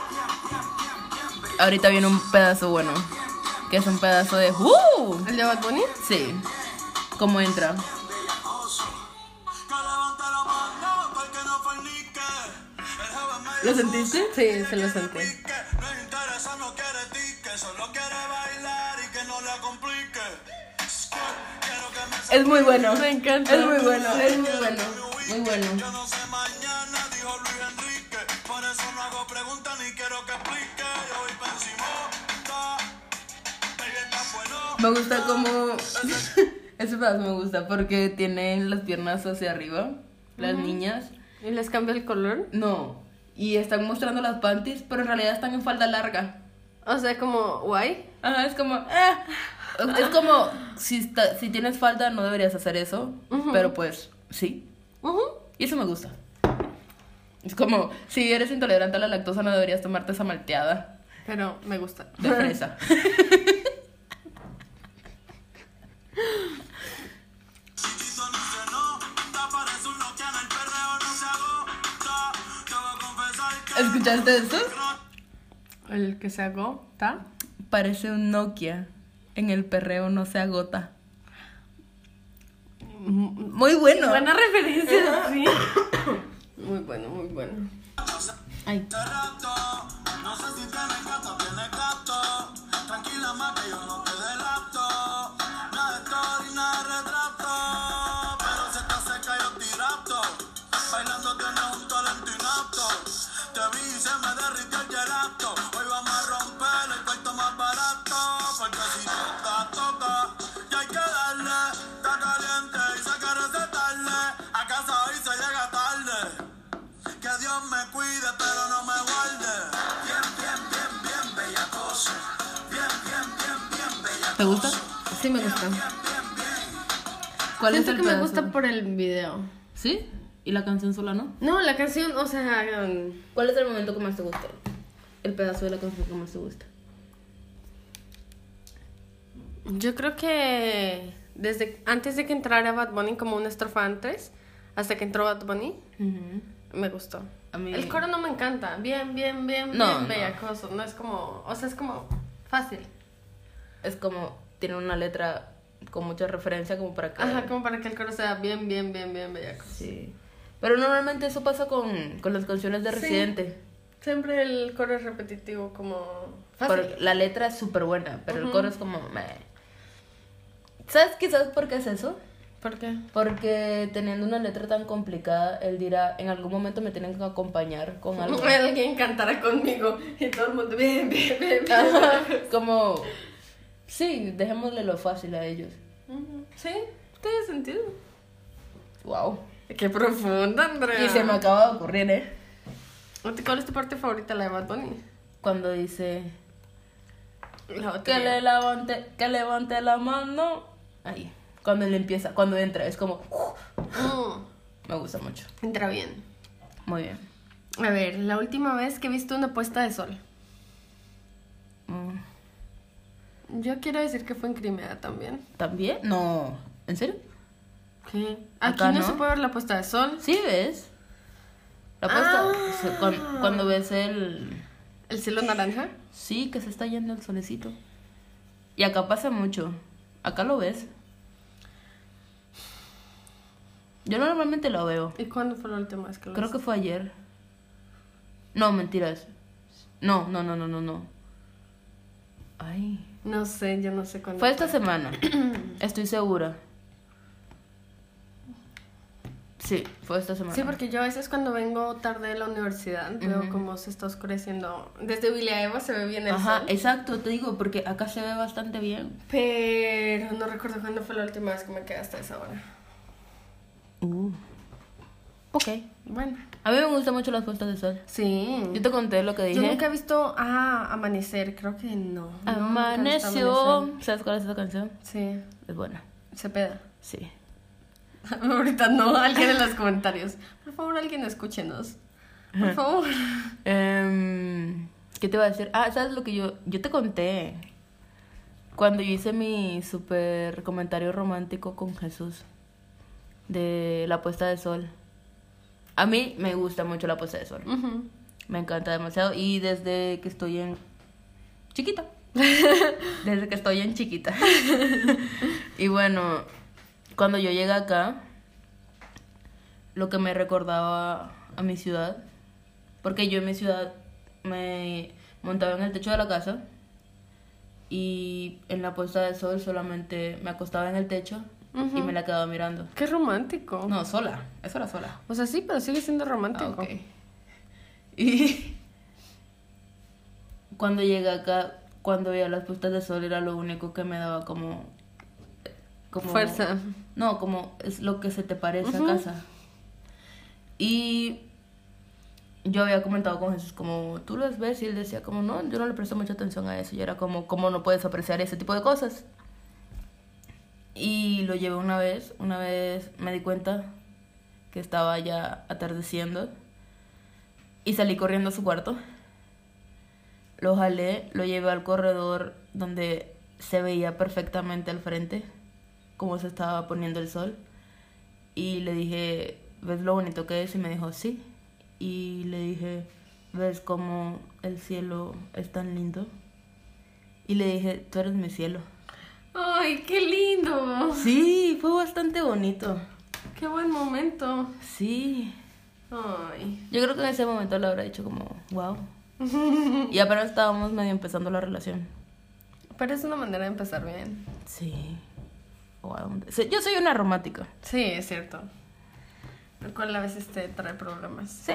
D: Bien, bien, bien, bien, bellacoso.
B: Ahorita viene un pedazo bueno. Que es un pedazo de... ¡Uh!
A: ¿El de Bad Bunny?
B: Sí. ¿Cómo entra?
D: Que levante la mano para que no fornique. El joven medio
B: ¿Lo sentiste?
A: Sí, se lo
D: quiere
A: sentí.
D: pique, No le interesa, no quiere tique. Solo quiere bailar y que no la complique. Squirt, quiero que me
B: Es muy bueno.
A: Me encanta.
B: Es muy bueno, es muy bueno. Muy bueno.
D: Yo no sé mañana, dijo Luis Enrique. Por eso no hago preguntas ni quiero que explique. Yo voy pa' encima. Ella está bueno.
B: Me gusta como... Ese pedazo me gusta porque tienen las piernas hacia arriba, las niñas.
A: ¿Y les cambia el color?
B: No. Y están mostrando las panties, pero en realidad están en falda larga.
A: O sea, como guay.
B: Ajá, es como... ah. Es como... Si, está- si tienes falda no deberías hacer eso, pero pues sí.
A: Ujú.
B: Y eso me gusta. Es como, si eres intolerante a la lactosa no deberías tomarte esa malteada
A: Pero me gusta.
B: de fresa.
D: Chiquito no se nota, parece un Nokia en el perreo no se agota. Te voy a confesar
B: ¿Escuchaste eso?
A: El que se agota.
B: Parece un Nokia. En el perreo no se agota.
A: Mm.
B: Muy bueno.
A: Buena referencia, sí. Ah. Muy bueno, muy bueno.
B: Ay,
D: No sé si tienes gato, tienes gato. Tranquila, más que yo no te delato. Nada de story, nada de retrato. Pero se está seca, yo tirato. Bailando tienes un talento inapto. Te vi y se me derritió el gelato. Hoy vamos a romper el cuarto más barato. Porque si toca, toca. Y hay que darle. Está caliente y se quiere sentarle. A casa hoy se llega tarde. Que Dios me cuide, pero no me guarde. Bien, bien, bien, bien, bella cosa. Bien, bien, bien, bien, bella
B: ¿te gusta? Sí, me gusta. ¿Cuál es
A: Siento
B: el
A: que me
B: pedazo?
A: gusta por el video.
B: ¿Sí? ¿Y la canción sola no?
A: No, la canción, o sea, um,
B: ¿Cuál es el momento que más te gusta? El pedazo de la canción que más te gusta.
A: yo creo que desde antes de que entrara Bad Bunny como una estrofa antes, hasta que entró Bad Bunny, me gustó.
B: A mí-
A: El coro no me encanta. Bien, bien, bien,
B: No,
A: bien
B: no.
A: bellacoso. No es como, o sea, es como fácil.
B: Es como, tiene una letra con mucha referencia como para que...
A: Ajá, como para que el coro sea bien, bien, bien, bien bellacoso.
B: Sí. Pero normalmente eso pasa con, con las canciones de
A: Sí.
B: Residente.
A: Siempre el coro es repetitivo, como fácil.
B: Por- la letra es súper buena, pero el coro es como... meh. ¿Sabes quizás por qué es eso?
A: ¿Por qué?
B: Porque teniendo una letra tan complicada, él dirá, en algún momento me tienen que acompañar con algo.
A: Alguien cantará conmigo y todo el mundo, bien, bien, bien, bien.
B: Ajá, como, sí, dejémosle lo fácil a ellos.
A: Ujú. Sí, tiene sentido.
B: Wow.
A: Qué profunda, Andrea.
B: Y se me acaba de ocurrir, ¿eh?
A: ¿Cuál es tu parte favorita, la de Bad Bunny?
B: Cuando dice,
A: La
B: que
A: batería.
B: le levante, que levante la mano. Ahí, cuando él empieza, cuando entra, es como,
A: Mm,
B: me gusta mucho.
A: entra bien.
B: Muy bien.
A: A ver, la última vez que viste una puesta de sol.
B: Mm,
A: Yo quiero decir que fue en Crimea también.
B: ¿También? No. ¿En serio?
A: ¿Qué? Aquí
B: Acá
A: no,
B: no.
A: se puede ver la puesta de sol.
B: Sí, ves. La puesta,
A: Ah.
B: o sea, cuan- cuando, ves el...
A: El cielo naranja.
B: Sí, que se está yendo el solecito. Y acá pasa mucho. Acá lo ves. Yo normalmente lo veo.
A: ¿Y cuándo fue la última vez que lo
B: Creo que fue ayer. No, mentiras. No, no, no, no, no, no. Ay.
A: viste? No sé, yo no sé cuándo.
B: Fue esta semana. Estoy segura. Sí, fue esta semana.
A: Sí, porque yo a veces cuando vengo tarde de la universidad veo cómo se está oscureciendo. Desde Villaeva se ve bien el
B: Ajá,
A: sol.
B: exacto, te digo, porque acá se ve bastante bien.
A: Pero no recuerdo cuándo fue la última vez que me quedé hasta esa hora. Uh.
B: Ok.
A: Bueno.
B: A mí me gustan mucho las puestas de sol.
A: Sí.
B: Yo te conté lo que dije. Ah,
A: Yo nunca he visto ah, amanecer, creo que no. No, nunca he visto
B: Amaneció.
A: Amanecer.
B: ¿Sabes cuál es esa canción?
A: Sí,
B: Es buena.
A: se peda.
B: Sí.
A: Ahorita no, alguien en los comentarios. Por favor, alguien escúchenos. Por favor.
B: Em, ¿Qué te iba a decir? Ah, ¿sabes lo que yo, yo te conté? Cuando yo hice mi super comentario romántico con Jesús de la puesta de sol. A mí me gusta mucho la puesta de sol.
A: Ujú.
B: Me encanta demasiado. Y desde que estoy en chiquita. Desde que estoy en chiquita. Y bueno, cuando yo llegué acá, lo que me recordaba a mi ciudad, porque yo en mi ciudad me montaba en el techo de la casa y en la puesta de sol solamente me acostaba en el techo y me la quedaba mirando.
A: Qué romántico.
B: No, sola, eso era sola.
A: O sea, sí, pero sigue siendo
B: Ah,
A: romántico.
B: ok. Y cuando llegué acá, cuando veía las puestas de sol, era lo único que me daba como. como
A: Fuerza.
B: No, como es lo que se te parece a casa. Y yo había comentado con Jesús, como tú las ves, y él decía, como no, yo no le presto mucha atención a eso. Y era como, ¿cómo no puedes apreciar ese tipo de cosas? Y lo llevé una vez, una vez me di cuenta que estaba ya atardeciendo y salí corriendo a su cuarto. Lo jalé, lo llevé al corredor donde se veía perfectamente al frente cómo se estaba poniendo el sol y le dije, ¿ves lo bonito que es? Y me dijo, sí. Y le dije, ves cómo el cielo es tan lindo. Y le dije, tú eres mi cielo.
A: Ay, qué lindo.
B: Sí, fue bastante bonito.
A: Qué buen momento.
B: Sí.
A: Ay.
B: Yo creo que en ese momento le habrá dicho como, wow. Y apenas estábamos medio empezando la relación.
A: Pero es una manera de empezar bien.
B: Sí. O a dónde- Sí, Yo soy una romántica.
A: Sí, es cierto. Lo cual a veces te trae problemas.
B: Sí.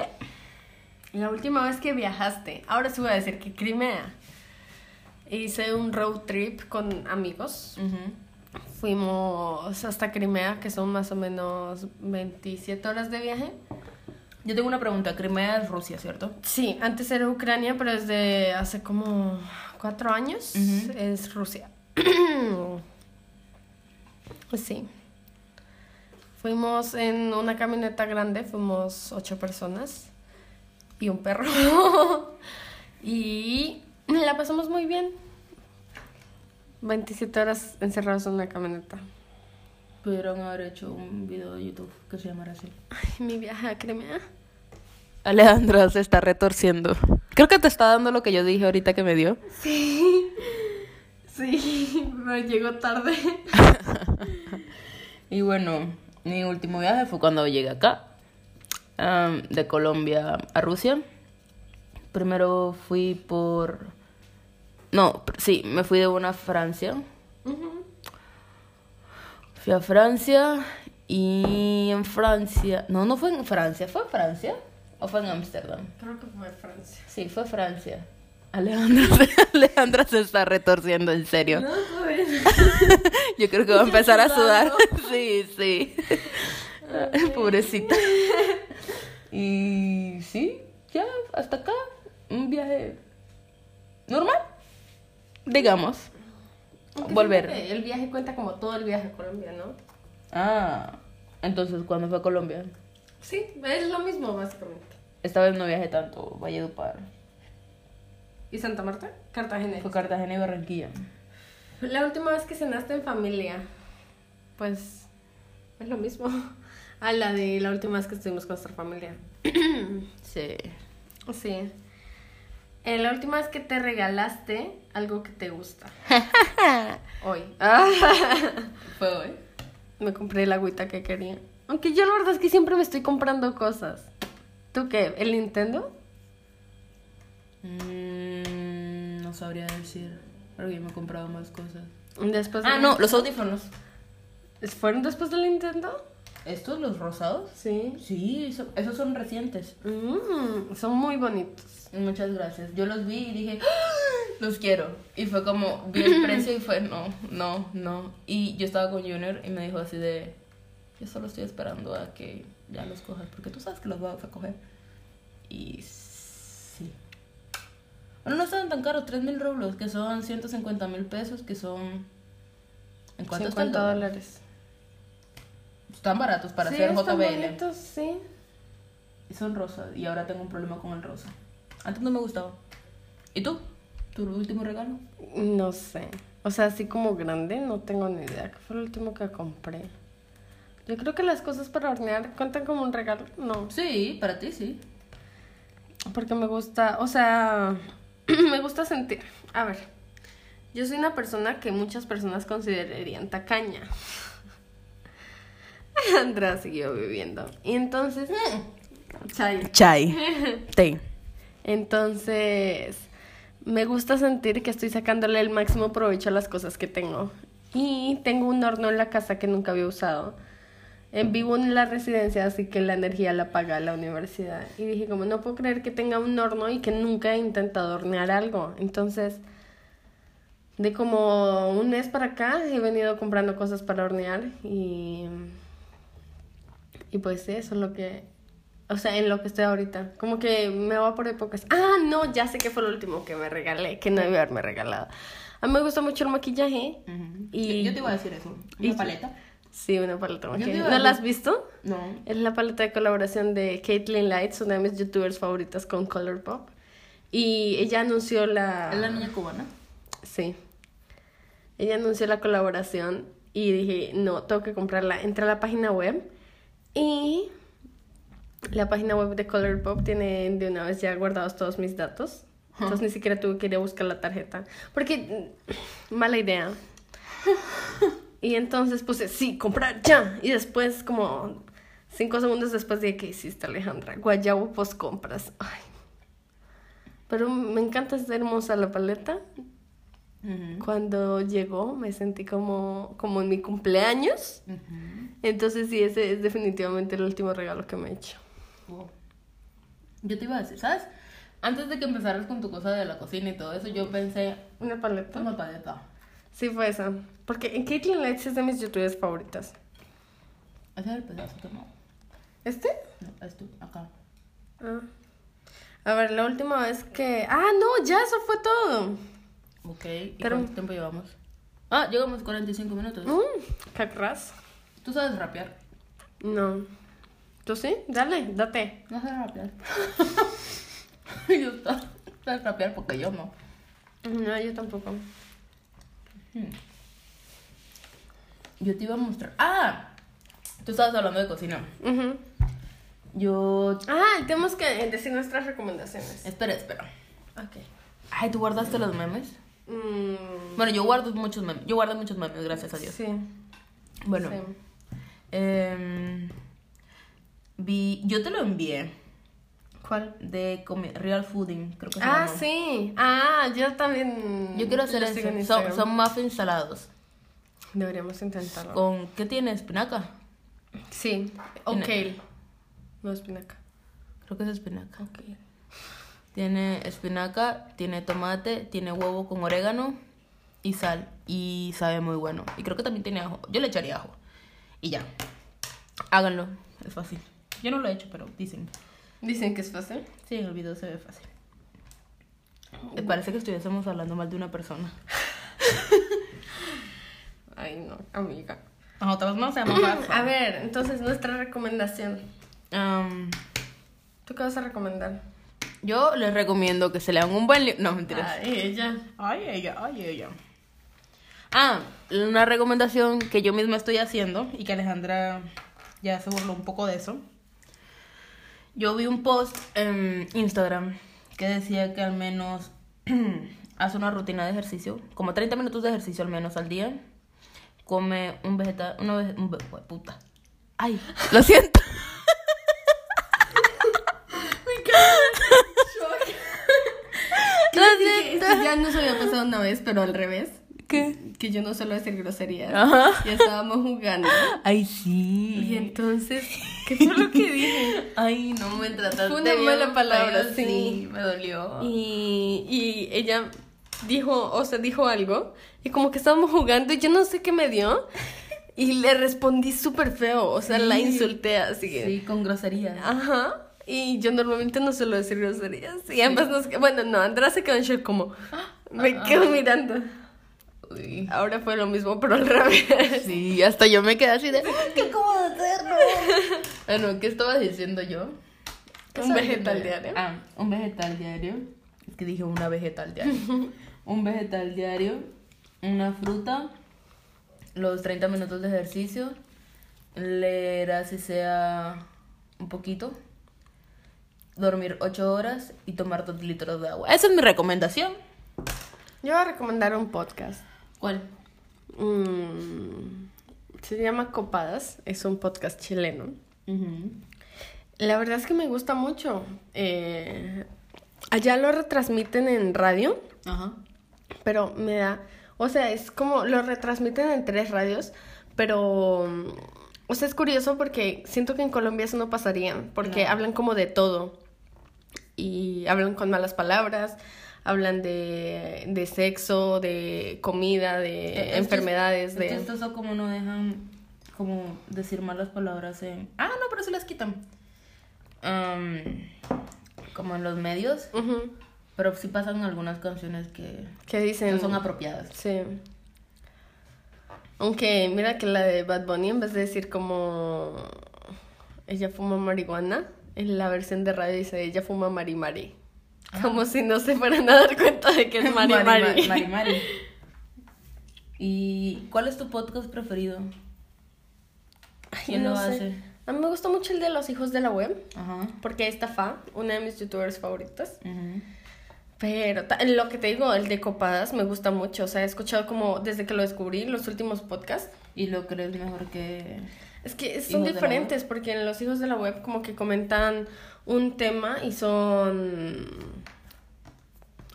A: La última vez que viajaste, ahora sí voy a decir que Crimea. Hice un road trip con amigos. Fuimos hasta Crimea, que son más o menos 27 horas de viaje.
B: Yo tengo una pregunta. Crimea es Rusia, ¿cierto?
A: Sí, antes era Ucrania, pero desde hace como cuatro años
B: Ujú.
A: es Rusia. Pues sí. Fuimos en una camioneta grande, fuimos ocho personas y un perro. y la pasamos muy bien. 27 horas encerrados en una camioneta.
B: Pudieron haber hecho un video de YouTube que se llamara así.
A: Ay, mi viaje a Crimea.
C: Alejandra se está retorciendo. Creo que te está dando lo que yo dije ahorita que me dio.
A: Sí, sí, pero llegó tarde.
B: Y bueno, mi último viaje fue cuando llegué acá, am, de Colombia a Rusia. Primero fui por... No, pr- sí, me fui de una a Francia. Fui a Francia y en Francia... No, no fue en Francia, ¿fue en Francia? ¿O fue en Ámsterdam?
A: Creo que fue Francia.
B: Sí, fue Francia.
C: Alejandra se, Alejandra se está retorciendo, en serio. Yo creo que va a empezar a sudar. Sí, sí.
B: Pobrecita. Y sí, ya, hasta acá. Un viaje normal, digamos. Volver.
A: El viaje cuenta como todo el viaje a Colombia, ¿no?
B: Ah, entonces cuando fue a Colombia,
A: Sí, es lo mismo básicamente.
B: esta vez no viajé tanto, Valledupar.
A: ¿Y Santa Marta? Cartagena.
B: Fue Cartagena y Barranquilla.
A: La última vez que cenaste en familia, pues es lo mismo a la de la última vez que estuvimos con nuestra familia.
B: Sí.
A: Sí. Eh, la última vez que te regalaste algo que te gusta. Hoy.
B: ¿Fue hoy?
A: Me compré el agüita que quería. Aunque yo la verdad es que siempre me estoy comprando cosas. ¿Tú qué? ¿El Nintendo?
B: Mm, no sabría decir, porque yo me he comprado más cosas.
A: Después
B: Ah,
A: del-
B: no, los audífonos.
A: ¿Fueron después del Nintendo?
B: ¿Estos, los rosados?
A: Sí.
B: Sí, eso- esos son recientes.
A: Mm, son muy bonitos.
B: Muchas gracias. Yo los vi y dije, "¡Ah! los quiero. Y fue como, vi el precio y fue, no, no, no. Y yo estaba con Junior y me dijo así de, yo solo estoy esperando a que ya los cojas, porque tú sabes que los vas a coger. Y sí. Bueno, no estaban tan caros, 3 mil rublos, que son 150 mil pesos, que son... ¿En cuánto está el
A: 50
B: dólar?
A: dólares.
B: Están baratos para
A: sí,
B: hacer
A: están
B: JBL.
A: bonitos, sí.
B: Y son rosas, y ahora tengo un problema con el rosa. Antes no me gustaba. ¿Y tú? ¿Tu último regalo?
A: No sé. O sea, así como grande, no tengo ni idea. ¿Qué fue lo último que compré? Yo creo que las cosas para hornear cuentan como un regalo. No.
B: Sí, para ti sí.
A: Porque me gusta, o sea, me gusta sentir. A ver, yo soy una persona que muchas personas considerarían tacaña. Andrea siguió viviendo. Y entonces. mm, Chay.
C: Chai. Té.
A: Entonces, me gusta sentir que estoy sacándole el máximo provecho a las cosas que tengo. Y tengo un horno en la casa que nunca había usado. Eh, Vivo en la residencia, así que la energía la paga la universidad. Y dije, como no puedo creer que tenga un horno y que nunca he intentado hornear algo. Entonces, de como un mes para acá, he venido comprando cosas para hornear. Y, y pues eso es lo que... O sea, en lo que estoy ahorita. Como que me va por épocas. Ah, no, ya sé que fue lo último que me regalé, que no debí haberme regalado. A mí me gusta mucho el maquillaje. Y-
B: Yo, yo te iba a decir eso.
A: y-
B: ¿Una paleta?
A: Sí, una paleta de
B: Yo te
A: maquillaje.
B: iba a
A: ¿No la has
B: decir-
A: visto?
B: No.
A: Es la paleta de colaboración de Caitlyn Lights, una de mis youtubers favoritas con Colourpop. Y ella anunció la...
B: ¿Es la niña cubana?
A: Sí. Ella anunció la colaboración y dije, no, tengo que comprarla. Entré a la página web y la página web de Color Pop tiene de una vez ya guardados todos mis datos. Entonces ni siquiera tuve que ir a buscar la tarjeta. Porque, mm, mala idea. Y entonces puse, sí, comprar ya. Y después, como cinco segundos después, dije, ¿qué hiciste, Alejandra? Guayabo post compras. Ay. Pero me encanta, es hermosa la paleta.
B: Ujú.
A: Cuando llegó me sentí como, como en mi cumpleaños. Entonces sí, ese es definitivamente el último regalo que me he hecho.
B: Wow. Yo te iba a decir, ¿sabes? Antes de que empezaras con tu cosa de la cocina y todo eso, yo pensé,
A: ¿Una paleta?
B: toma paleta.
A: Sí, fue esa. Porque en Caitlyn Lights es de mis youtubers favoritas.
B: Ese es el pedazo que no.
A: ¿Este?
B: no, es tú, acá.
A: Ah. A ver, la última vez que... Ah, no, ya eso fue todo.
B: Ok, ¿y
A: Pero-
B: cuánto tiempo llevamos? Ah, llevamos 45 minutos.
A: Mm, ¿Qué crees?
B: ¿Tú sabes rapear?
A: No. ¿Tú sí? Dale, date.
B: No sé rapear. yo sa- sabes rapear porque yo no.
A: No, yo tampoco.
B: Yo te iba a mostrar. Ah, tú estabas hablando de cocina.
A: Ujú.
B: Yo...
A: Ah, tenemos que eh, decir nuestras recomendaciones.
B: Espera, espera.
A: Ok.
B: Ay, ¿tú guardaste los memes?
A: Mm,
B: Bueno, yo guardo muchos memes. Yo guardo muchos memes, gracias a Dios.
A: sí.
B: Bueno,
A: sí.
B: em, vi, yo te lo envié
A: ¿Cuál?
B: de comi- Real Fooding, creo que se
A: Ah,
B: llama.
A: sí. Ah, yo también.
B: Yo quiero hacer
A: lo sigo en
B: eso. Son,
A: Instagram. Ah.
B: son muffins salados.
A: Deberíamos intentarlo.
B: ¿Con qué tiene? ¿Espinaca?
A: Sí.
B: Una-
A: Ok. No espinaca.
B: Creo que es espinaca. Tiene espinaca, tiene tomate, tiene huevo con orégano y sal. Y sabe muy bueno. Y creo que también tiene ajo. Yo le echaría ajo. Y ya. Háganlo. Es fácil. Yo no lo he hecho, pero dicen.
A: Dicen que es fácil.
B: Sí, en el video se ve fácil. Me parece que estuviésemos hablando mal de una persona.
A: Ay, no, amiga.
B: Nosotros no se
A: A ver, entonces nuestra recomendación. ¿Tú qué vas a recomendar?
C: Yo les recomiendo que se lean un buen libro. No, mentiras.
A: Ay, ella.
B: Ay, ella, ay, ella. Ah, una recomendación que yo misma estoy haciendo y que Alejandra ya se burló un poco de eso. Yo vi un post en Instagram que decía que al menos hace una rutina de ejercicio, como 30 minutos de ejercicio al menos al día. Come un vegetal, una vez, un ve- jue- puta. Ay,
C: Lo siento.
A: Lo siento. ya nos había pasado una vez, pero al revés. ¿Qué? Que yo no suelo decir groserías. Ya estábamos jugando.
C: Ay, sí.
A: Y entonces, ¿qué fue lo que dije?
B: ay, no me trataste
A: Fue una
B: bien
A: mala palabra,
B: feo,
A: sí.
B: me dolió.
A: Y, y ella dijo, o sea, dijo algo. Y como que estábamos jugando y yo no sé qué me dio. Y le respondí súper feo. O sea, la
B: Sí.
A: insulté así que.
B: Sí, con grosería.
A: Ah, Ajá. Y yo normalmente no suelo decir groserías. Y ambas nos. Bueno, no, Andrea se quedó en shock como. Me quedo mirando.
B: Uy.
A: Ahora fue lo mismo, pero al revés.
C: Sí, hasta yo me quedé así de.
B: ¿Qué cómo hacerlo? bueno, ¿qué estaba diciendo yo? ¿Qué
A: Un
B: estaba
A: vegetal
B: diciendo yo?
A: diario.
B: Ah, un vegetal diario. Es que dije una vegetal diario. un vegetal diario, una fruta, los 30 minutos de ejercicio, leer así sea un poquito, dormir 8 horas y tomar 2 litros de agua. Esa es mi recomendación.
A: Yo voy a recomendar un podcast.
B: ¿Cuál?
A: Mm, se llama Copadas. Es un podcast chileno. La verdad es que me gusta mucho. Eh, allá lo retransmiten en radio,
B: Ajá.
A: pero me da... O sea, es como lo retransmiten en tres radios, pero... mm, O sea, es curioso porque siento que en Colombia eso no pasaría, porque
B: No.
A: hablan como de todo. Y hablan con malas palabras, hablan de, de sexo, de comida, de
B: Estos-
A: Eh, enfermedades, de...
B: estos- estos son como no dejan como decir malas palabras en... Ah, no, pero sí las quitan. Am, como en los medios,
A: Ujú,
B: pero sí pasan algunas canciones que
A: ¿Qué dicen?
B: no son apropiadas.
A: Sí. Aunque mira que la de Bad Bunny, en vez de decir como ella fuma marihuana, en la versión de radio dice ella fuma marimari.
B: Ah.
A: Como si no se fueran a dar cuenta de que es marimari.
B: Mari, Mari, Mari. ¿Y cuál es tu podcast preferido?
A: Ay,
B: ¿Quién
A: no
B: lo
A: sé.
B: hace?
A: A mí me gustó mucho el de los hijos de la web,
B: Ajá.
A: porque esta Fa, una de mis youtubers favoritas.
B: Ujú.
A: Pero ta- lo que te digo, el de Copadas me gusta mucho. O sea, he escuchado como desde que lo descubrí los últimos podcasts.
B: ¿Y lo crees mejor que...?
A: Es que son
B: Hijos de la
A: diferentes porque en los hijos de la web como que comentan un tema y son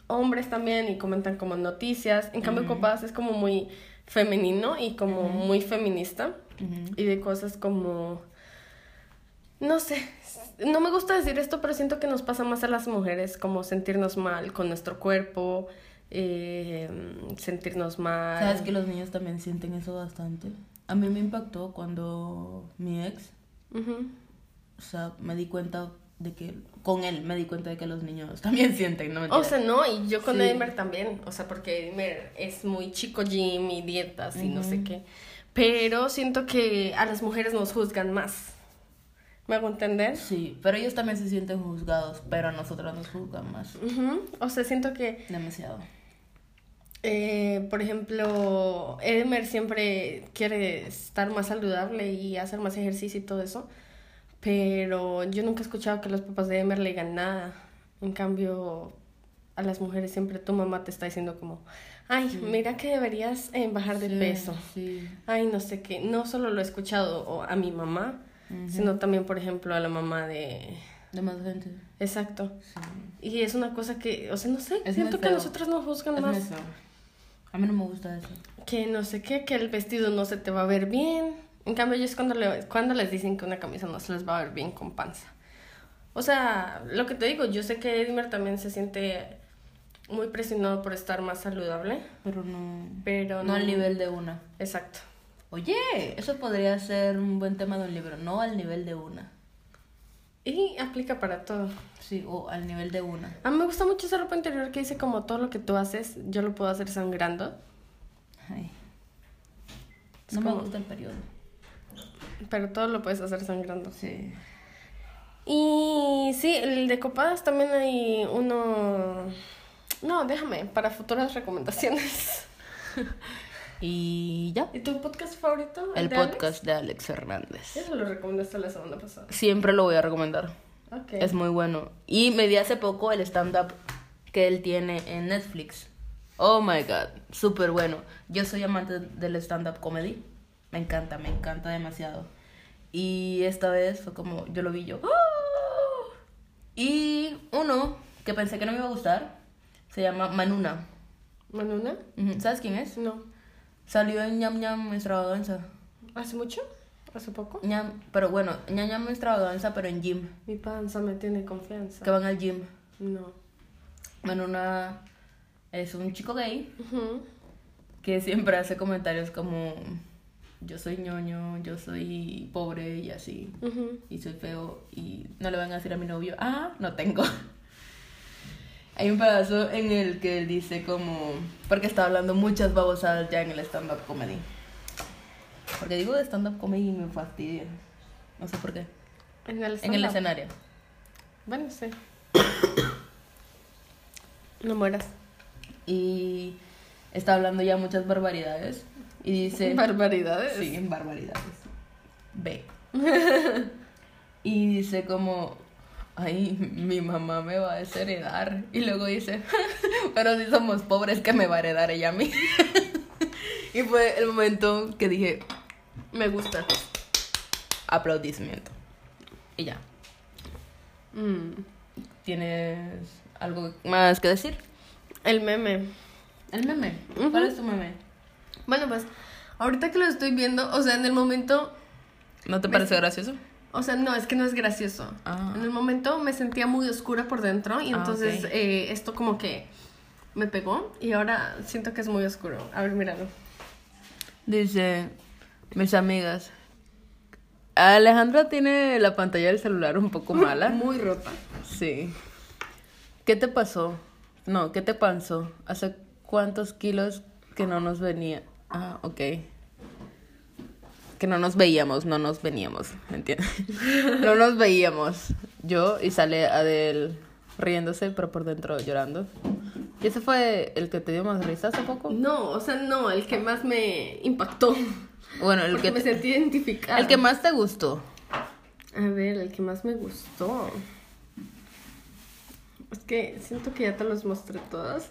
A: hombres también y comentan como noticias. En cambio Copadas es como muy femenino y como muy feminista
B: Ujú.
A: y de cosas como no sé, no me gusta decir esto, pero siento que nos pasa más a las mujeres como sentirnos mal con nuestro cuerpo, eh, sentirnos mal.
B: ¿Sabes que los niños también sienten eso bastante? A mí me impactó cuando mi ex,
A: Ujú.
B: o sea, me di cuenta de que... Con él me di cuenta de que los niños también sienten, ¿no?
A: O
B: Mentira.
A: sea, no, y yo con
B: Sí.
A: Edmer también, o sea, porque Edmer es muy chico gym y dietas y no sé qué. Pero siento que a las mujeres nos juzgan más. ¿Me hago entender?
B: Sí, pero ellos también se sienten juzgados, pero a nosotros nos juzgan más.
A: Ujú, O sea, siento que,
B: Demasiado.
A: eh, por ejemplo, Edmer siempre quiere estar más saludable y hacer más ejercicio y todo eso. Pero yo nunca he escuchado que los papás de Edmer le digan nada. En cambio, a las mujeres siempre tu mamá te está diciendo como, ay, mira que deberías eh, bajar de
B: Sí,
A: peso.
B: Sí.
A: Ay, no sé qué. No solo lo he escuchado o- a mi mamá, sino también, por ejemplo, a la mamá de...
B: De más gente.
A: Exacto.
B: Sí.
A: Y es una cosa que, o sea, no sé,
B: Es
A: siento
B: muy
A: que a
B: feo.
A: nosotros nos juzgan
B: Es
A: más.
B: eso. A mí no me gusta eso.
A: Que no sé qué, que el vestido no se te va a ver bien. En cambio, ellos cuando, le- cuando les dicen que una camisa no se les va a ver bien con panza. O sea, lo que te digo, yo sé que Edmer también se siente muy presionado por estar más saludable,
B: Pero no.
A: pero
B: no al nivel de una.
A: Exacto.
B: Oye, eso podría ser un buen tema de un libro. No al nivel de una.
A: Y aplica para todo.
B: Sí, o al nivel de una.
A: A mí me gusta mucho esa ropa interior que dice como todo lo que tú haces, yo lo puedo hacer sangrando.
B: Ay.
A: Es
B: No me
A: como-
B: gusta el periodo.
A: Pero todo lo puedes hacer sangrando.
B: Sí.
A: Y sí, el de copadas también hay uno... No, déjame, para futuras recomendaciones.
C: Y ya.
A: ¿Y tu podcast favorito?
C: El
A: de Alex?
C: podcast de Alex Hernández.
A: Eso lo recomendaste la semana pasada.
C: Siempre lo voy a recomendar.
A: Ok.
C: Es muy bueno.
B: Y me vi hace poco el stand-up que él tiene en Netflix.
C: Oh my god.
B: Súper bueno. Yo soy amante del stand-up comedy. Me encanta, me encanta demasiado. Y esta vez fue como, yo lo vi yo. ¡ah! Y uno que pensé que no me iba a gustar, se llama Manuna.
A: ¿Manuna?
B: Ujú, ¿Sabes quién es?
A: No.
B: Salió en ñam ñam extravaganza.
A: ¿Hace mucho? ¿Hace poco?
B: Ñam- pero bueno, ñam ñam extravaganza, pero en gym.
A: Mi panza me tiene confianza.
B: Que van al gym.
A: No.
B: Manuna es un chico gay
A: Ujú.
B: que siempre hace comentarios como yo soy ñoño, yo soy pobre y así,
A: Ujú.
B: y soy feo y no le van a decir a mi novio, ah, no tengo. Hay un pedazo en el que él dice como, porque está hablando muchas babosadas ya en el stand-up comedy. Porque digo de stand-up comedy y me fastidia. No sé por qué.
A: En el,
B: En el
A: stand-up.
B: escenario.
A: Bueno, sí. No mueras.
B: Y está hablando ya muchas barbaridades. Y dice...
A: Barbaridades.
B: Sí, en barbaridades. B. y dice como, ay, mi mamá me va a desheredar. Y luego dice, pero si somos pobres, que me va a heredar ella a mí? y fue el momento que dije,
A: Me gusta.
B: aplaudimiento. Y ya.
A: Mm.
B: ¿Tienes algo más que decir?
A: El meme.
B: El meme.
A: Ujú.
B: ¿Cuál es tu meme?
A: Bueno, pues, ahorita que lo estoy viendo, o sea, en el momento,
B: ¿No te pareció gracioso?
A: o sea, no, es que no es gracioso.
B: Ah.
A: En el momento me sentía muy oscura por dentro y
B: Ah,
A: entonces
B: ok.
A: eh, esto como que me pegó y ahora siento que es muy oscuro. A ver, míralo.
B: Dice, mis amigas, Alejandra tiene la pantalla del celular un poco mala.
A: Muy rota.
B: Sí. ¿Qué te pasó? No, ¿qué te pasó? ¿Hace cuántos kilos que no nos venía? Ah, ok. Que no nos veíamos, no nos veníamos, ¿me entiendes? No nos veíamos. Yo y sale Adel riéndose, pero por dentro llorando. ¿Y ese fue el que te dio más risa hace poco?
A: No, o sea, no, el que más me impactó.
B: Bueno, el
A: porque
B: que...
A: me
B: te-
A: sentí identificada.
B: El que más te gustó.
A: A ver, el que más me gustó. Es que siento que ya te los mostré todos.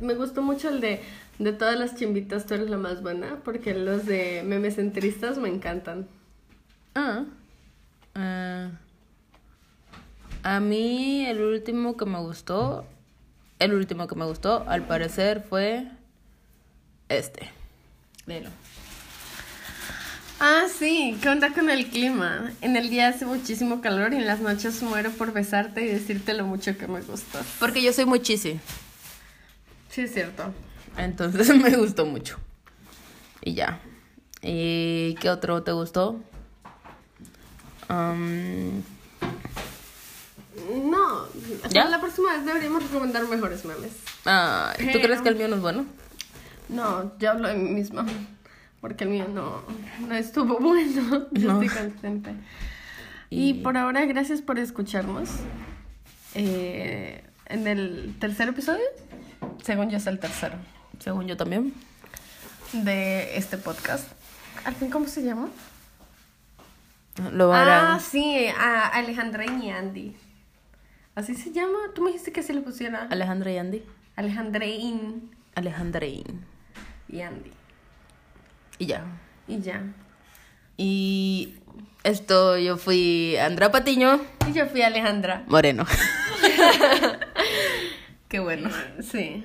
A: Me gustó mucho el de de todas las chimbitas tú eres la más buena, porque los de memes centristas me encantan.
B: Ah. Ah. a mí el último que me gustó, el último que me gustó, al parecer fue este. Léelo.
A: Ah, sí, ¿qué onda con el clima? En el día hace muchísimo calor y en las noches muero por besarte y decirte lo mucho que me gustas.
B: Porque yo soy muy chisi.
A: Sí, es cierto.
B: Entonces me gustó mucho. Y ya. ¿Y qué otro te gustó? Um,
A: No,
B: ¿Ya?
A: para la próxima vez deberíamos recomendar mejores memes.
B: ah, ¿Tú
A: Pero-
B: crees que el mío no es bueno?
A: No, yo hablo de mí misma, porque el mío no, no estuvo bueno. Yo
B: No.
A: estoy contenta. Y... por ahora, gracias por escucharnos. Eh, en el tercer episodio, según yo es el tercero,
B: Según yo también.
A: de este podcast. ¿Al fin cómo se llama?
B: Lo
A: Ah,
B: harán.
A: sí, a Alejandra y Andy. ¿Así se llama? Tú me dijiste que se le pusiera
B: Alejandra y Andy.
A: Alejandrein
B: Alejandra y...
A: y Andy.
B: Y ya.
A: Y ya.
B: Y esto yo fui Andrea Patiño
A: Y yo fui Alejandra.
B: Moreno.
A: Qué bueno. Sí.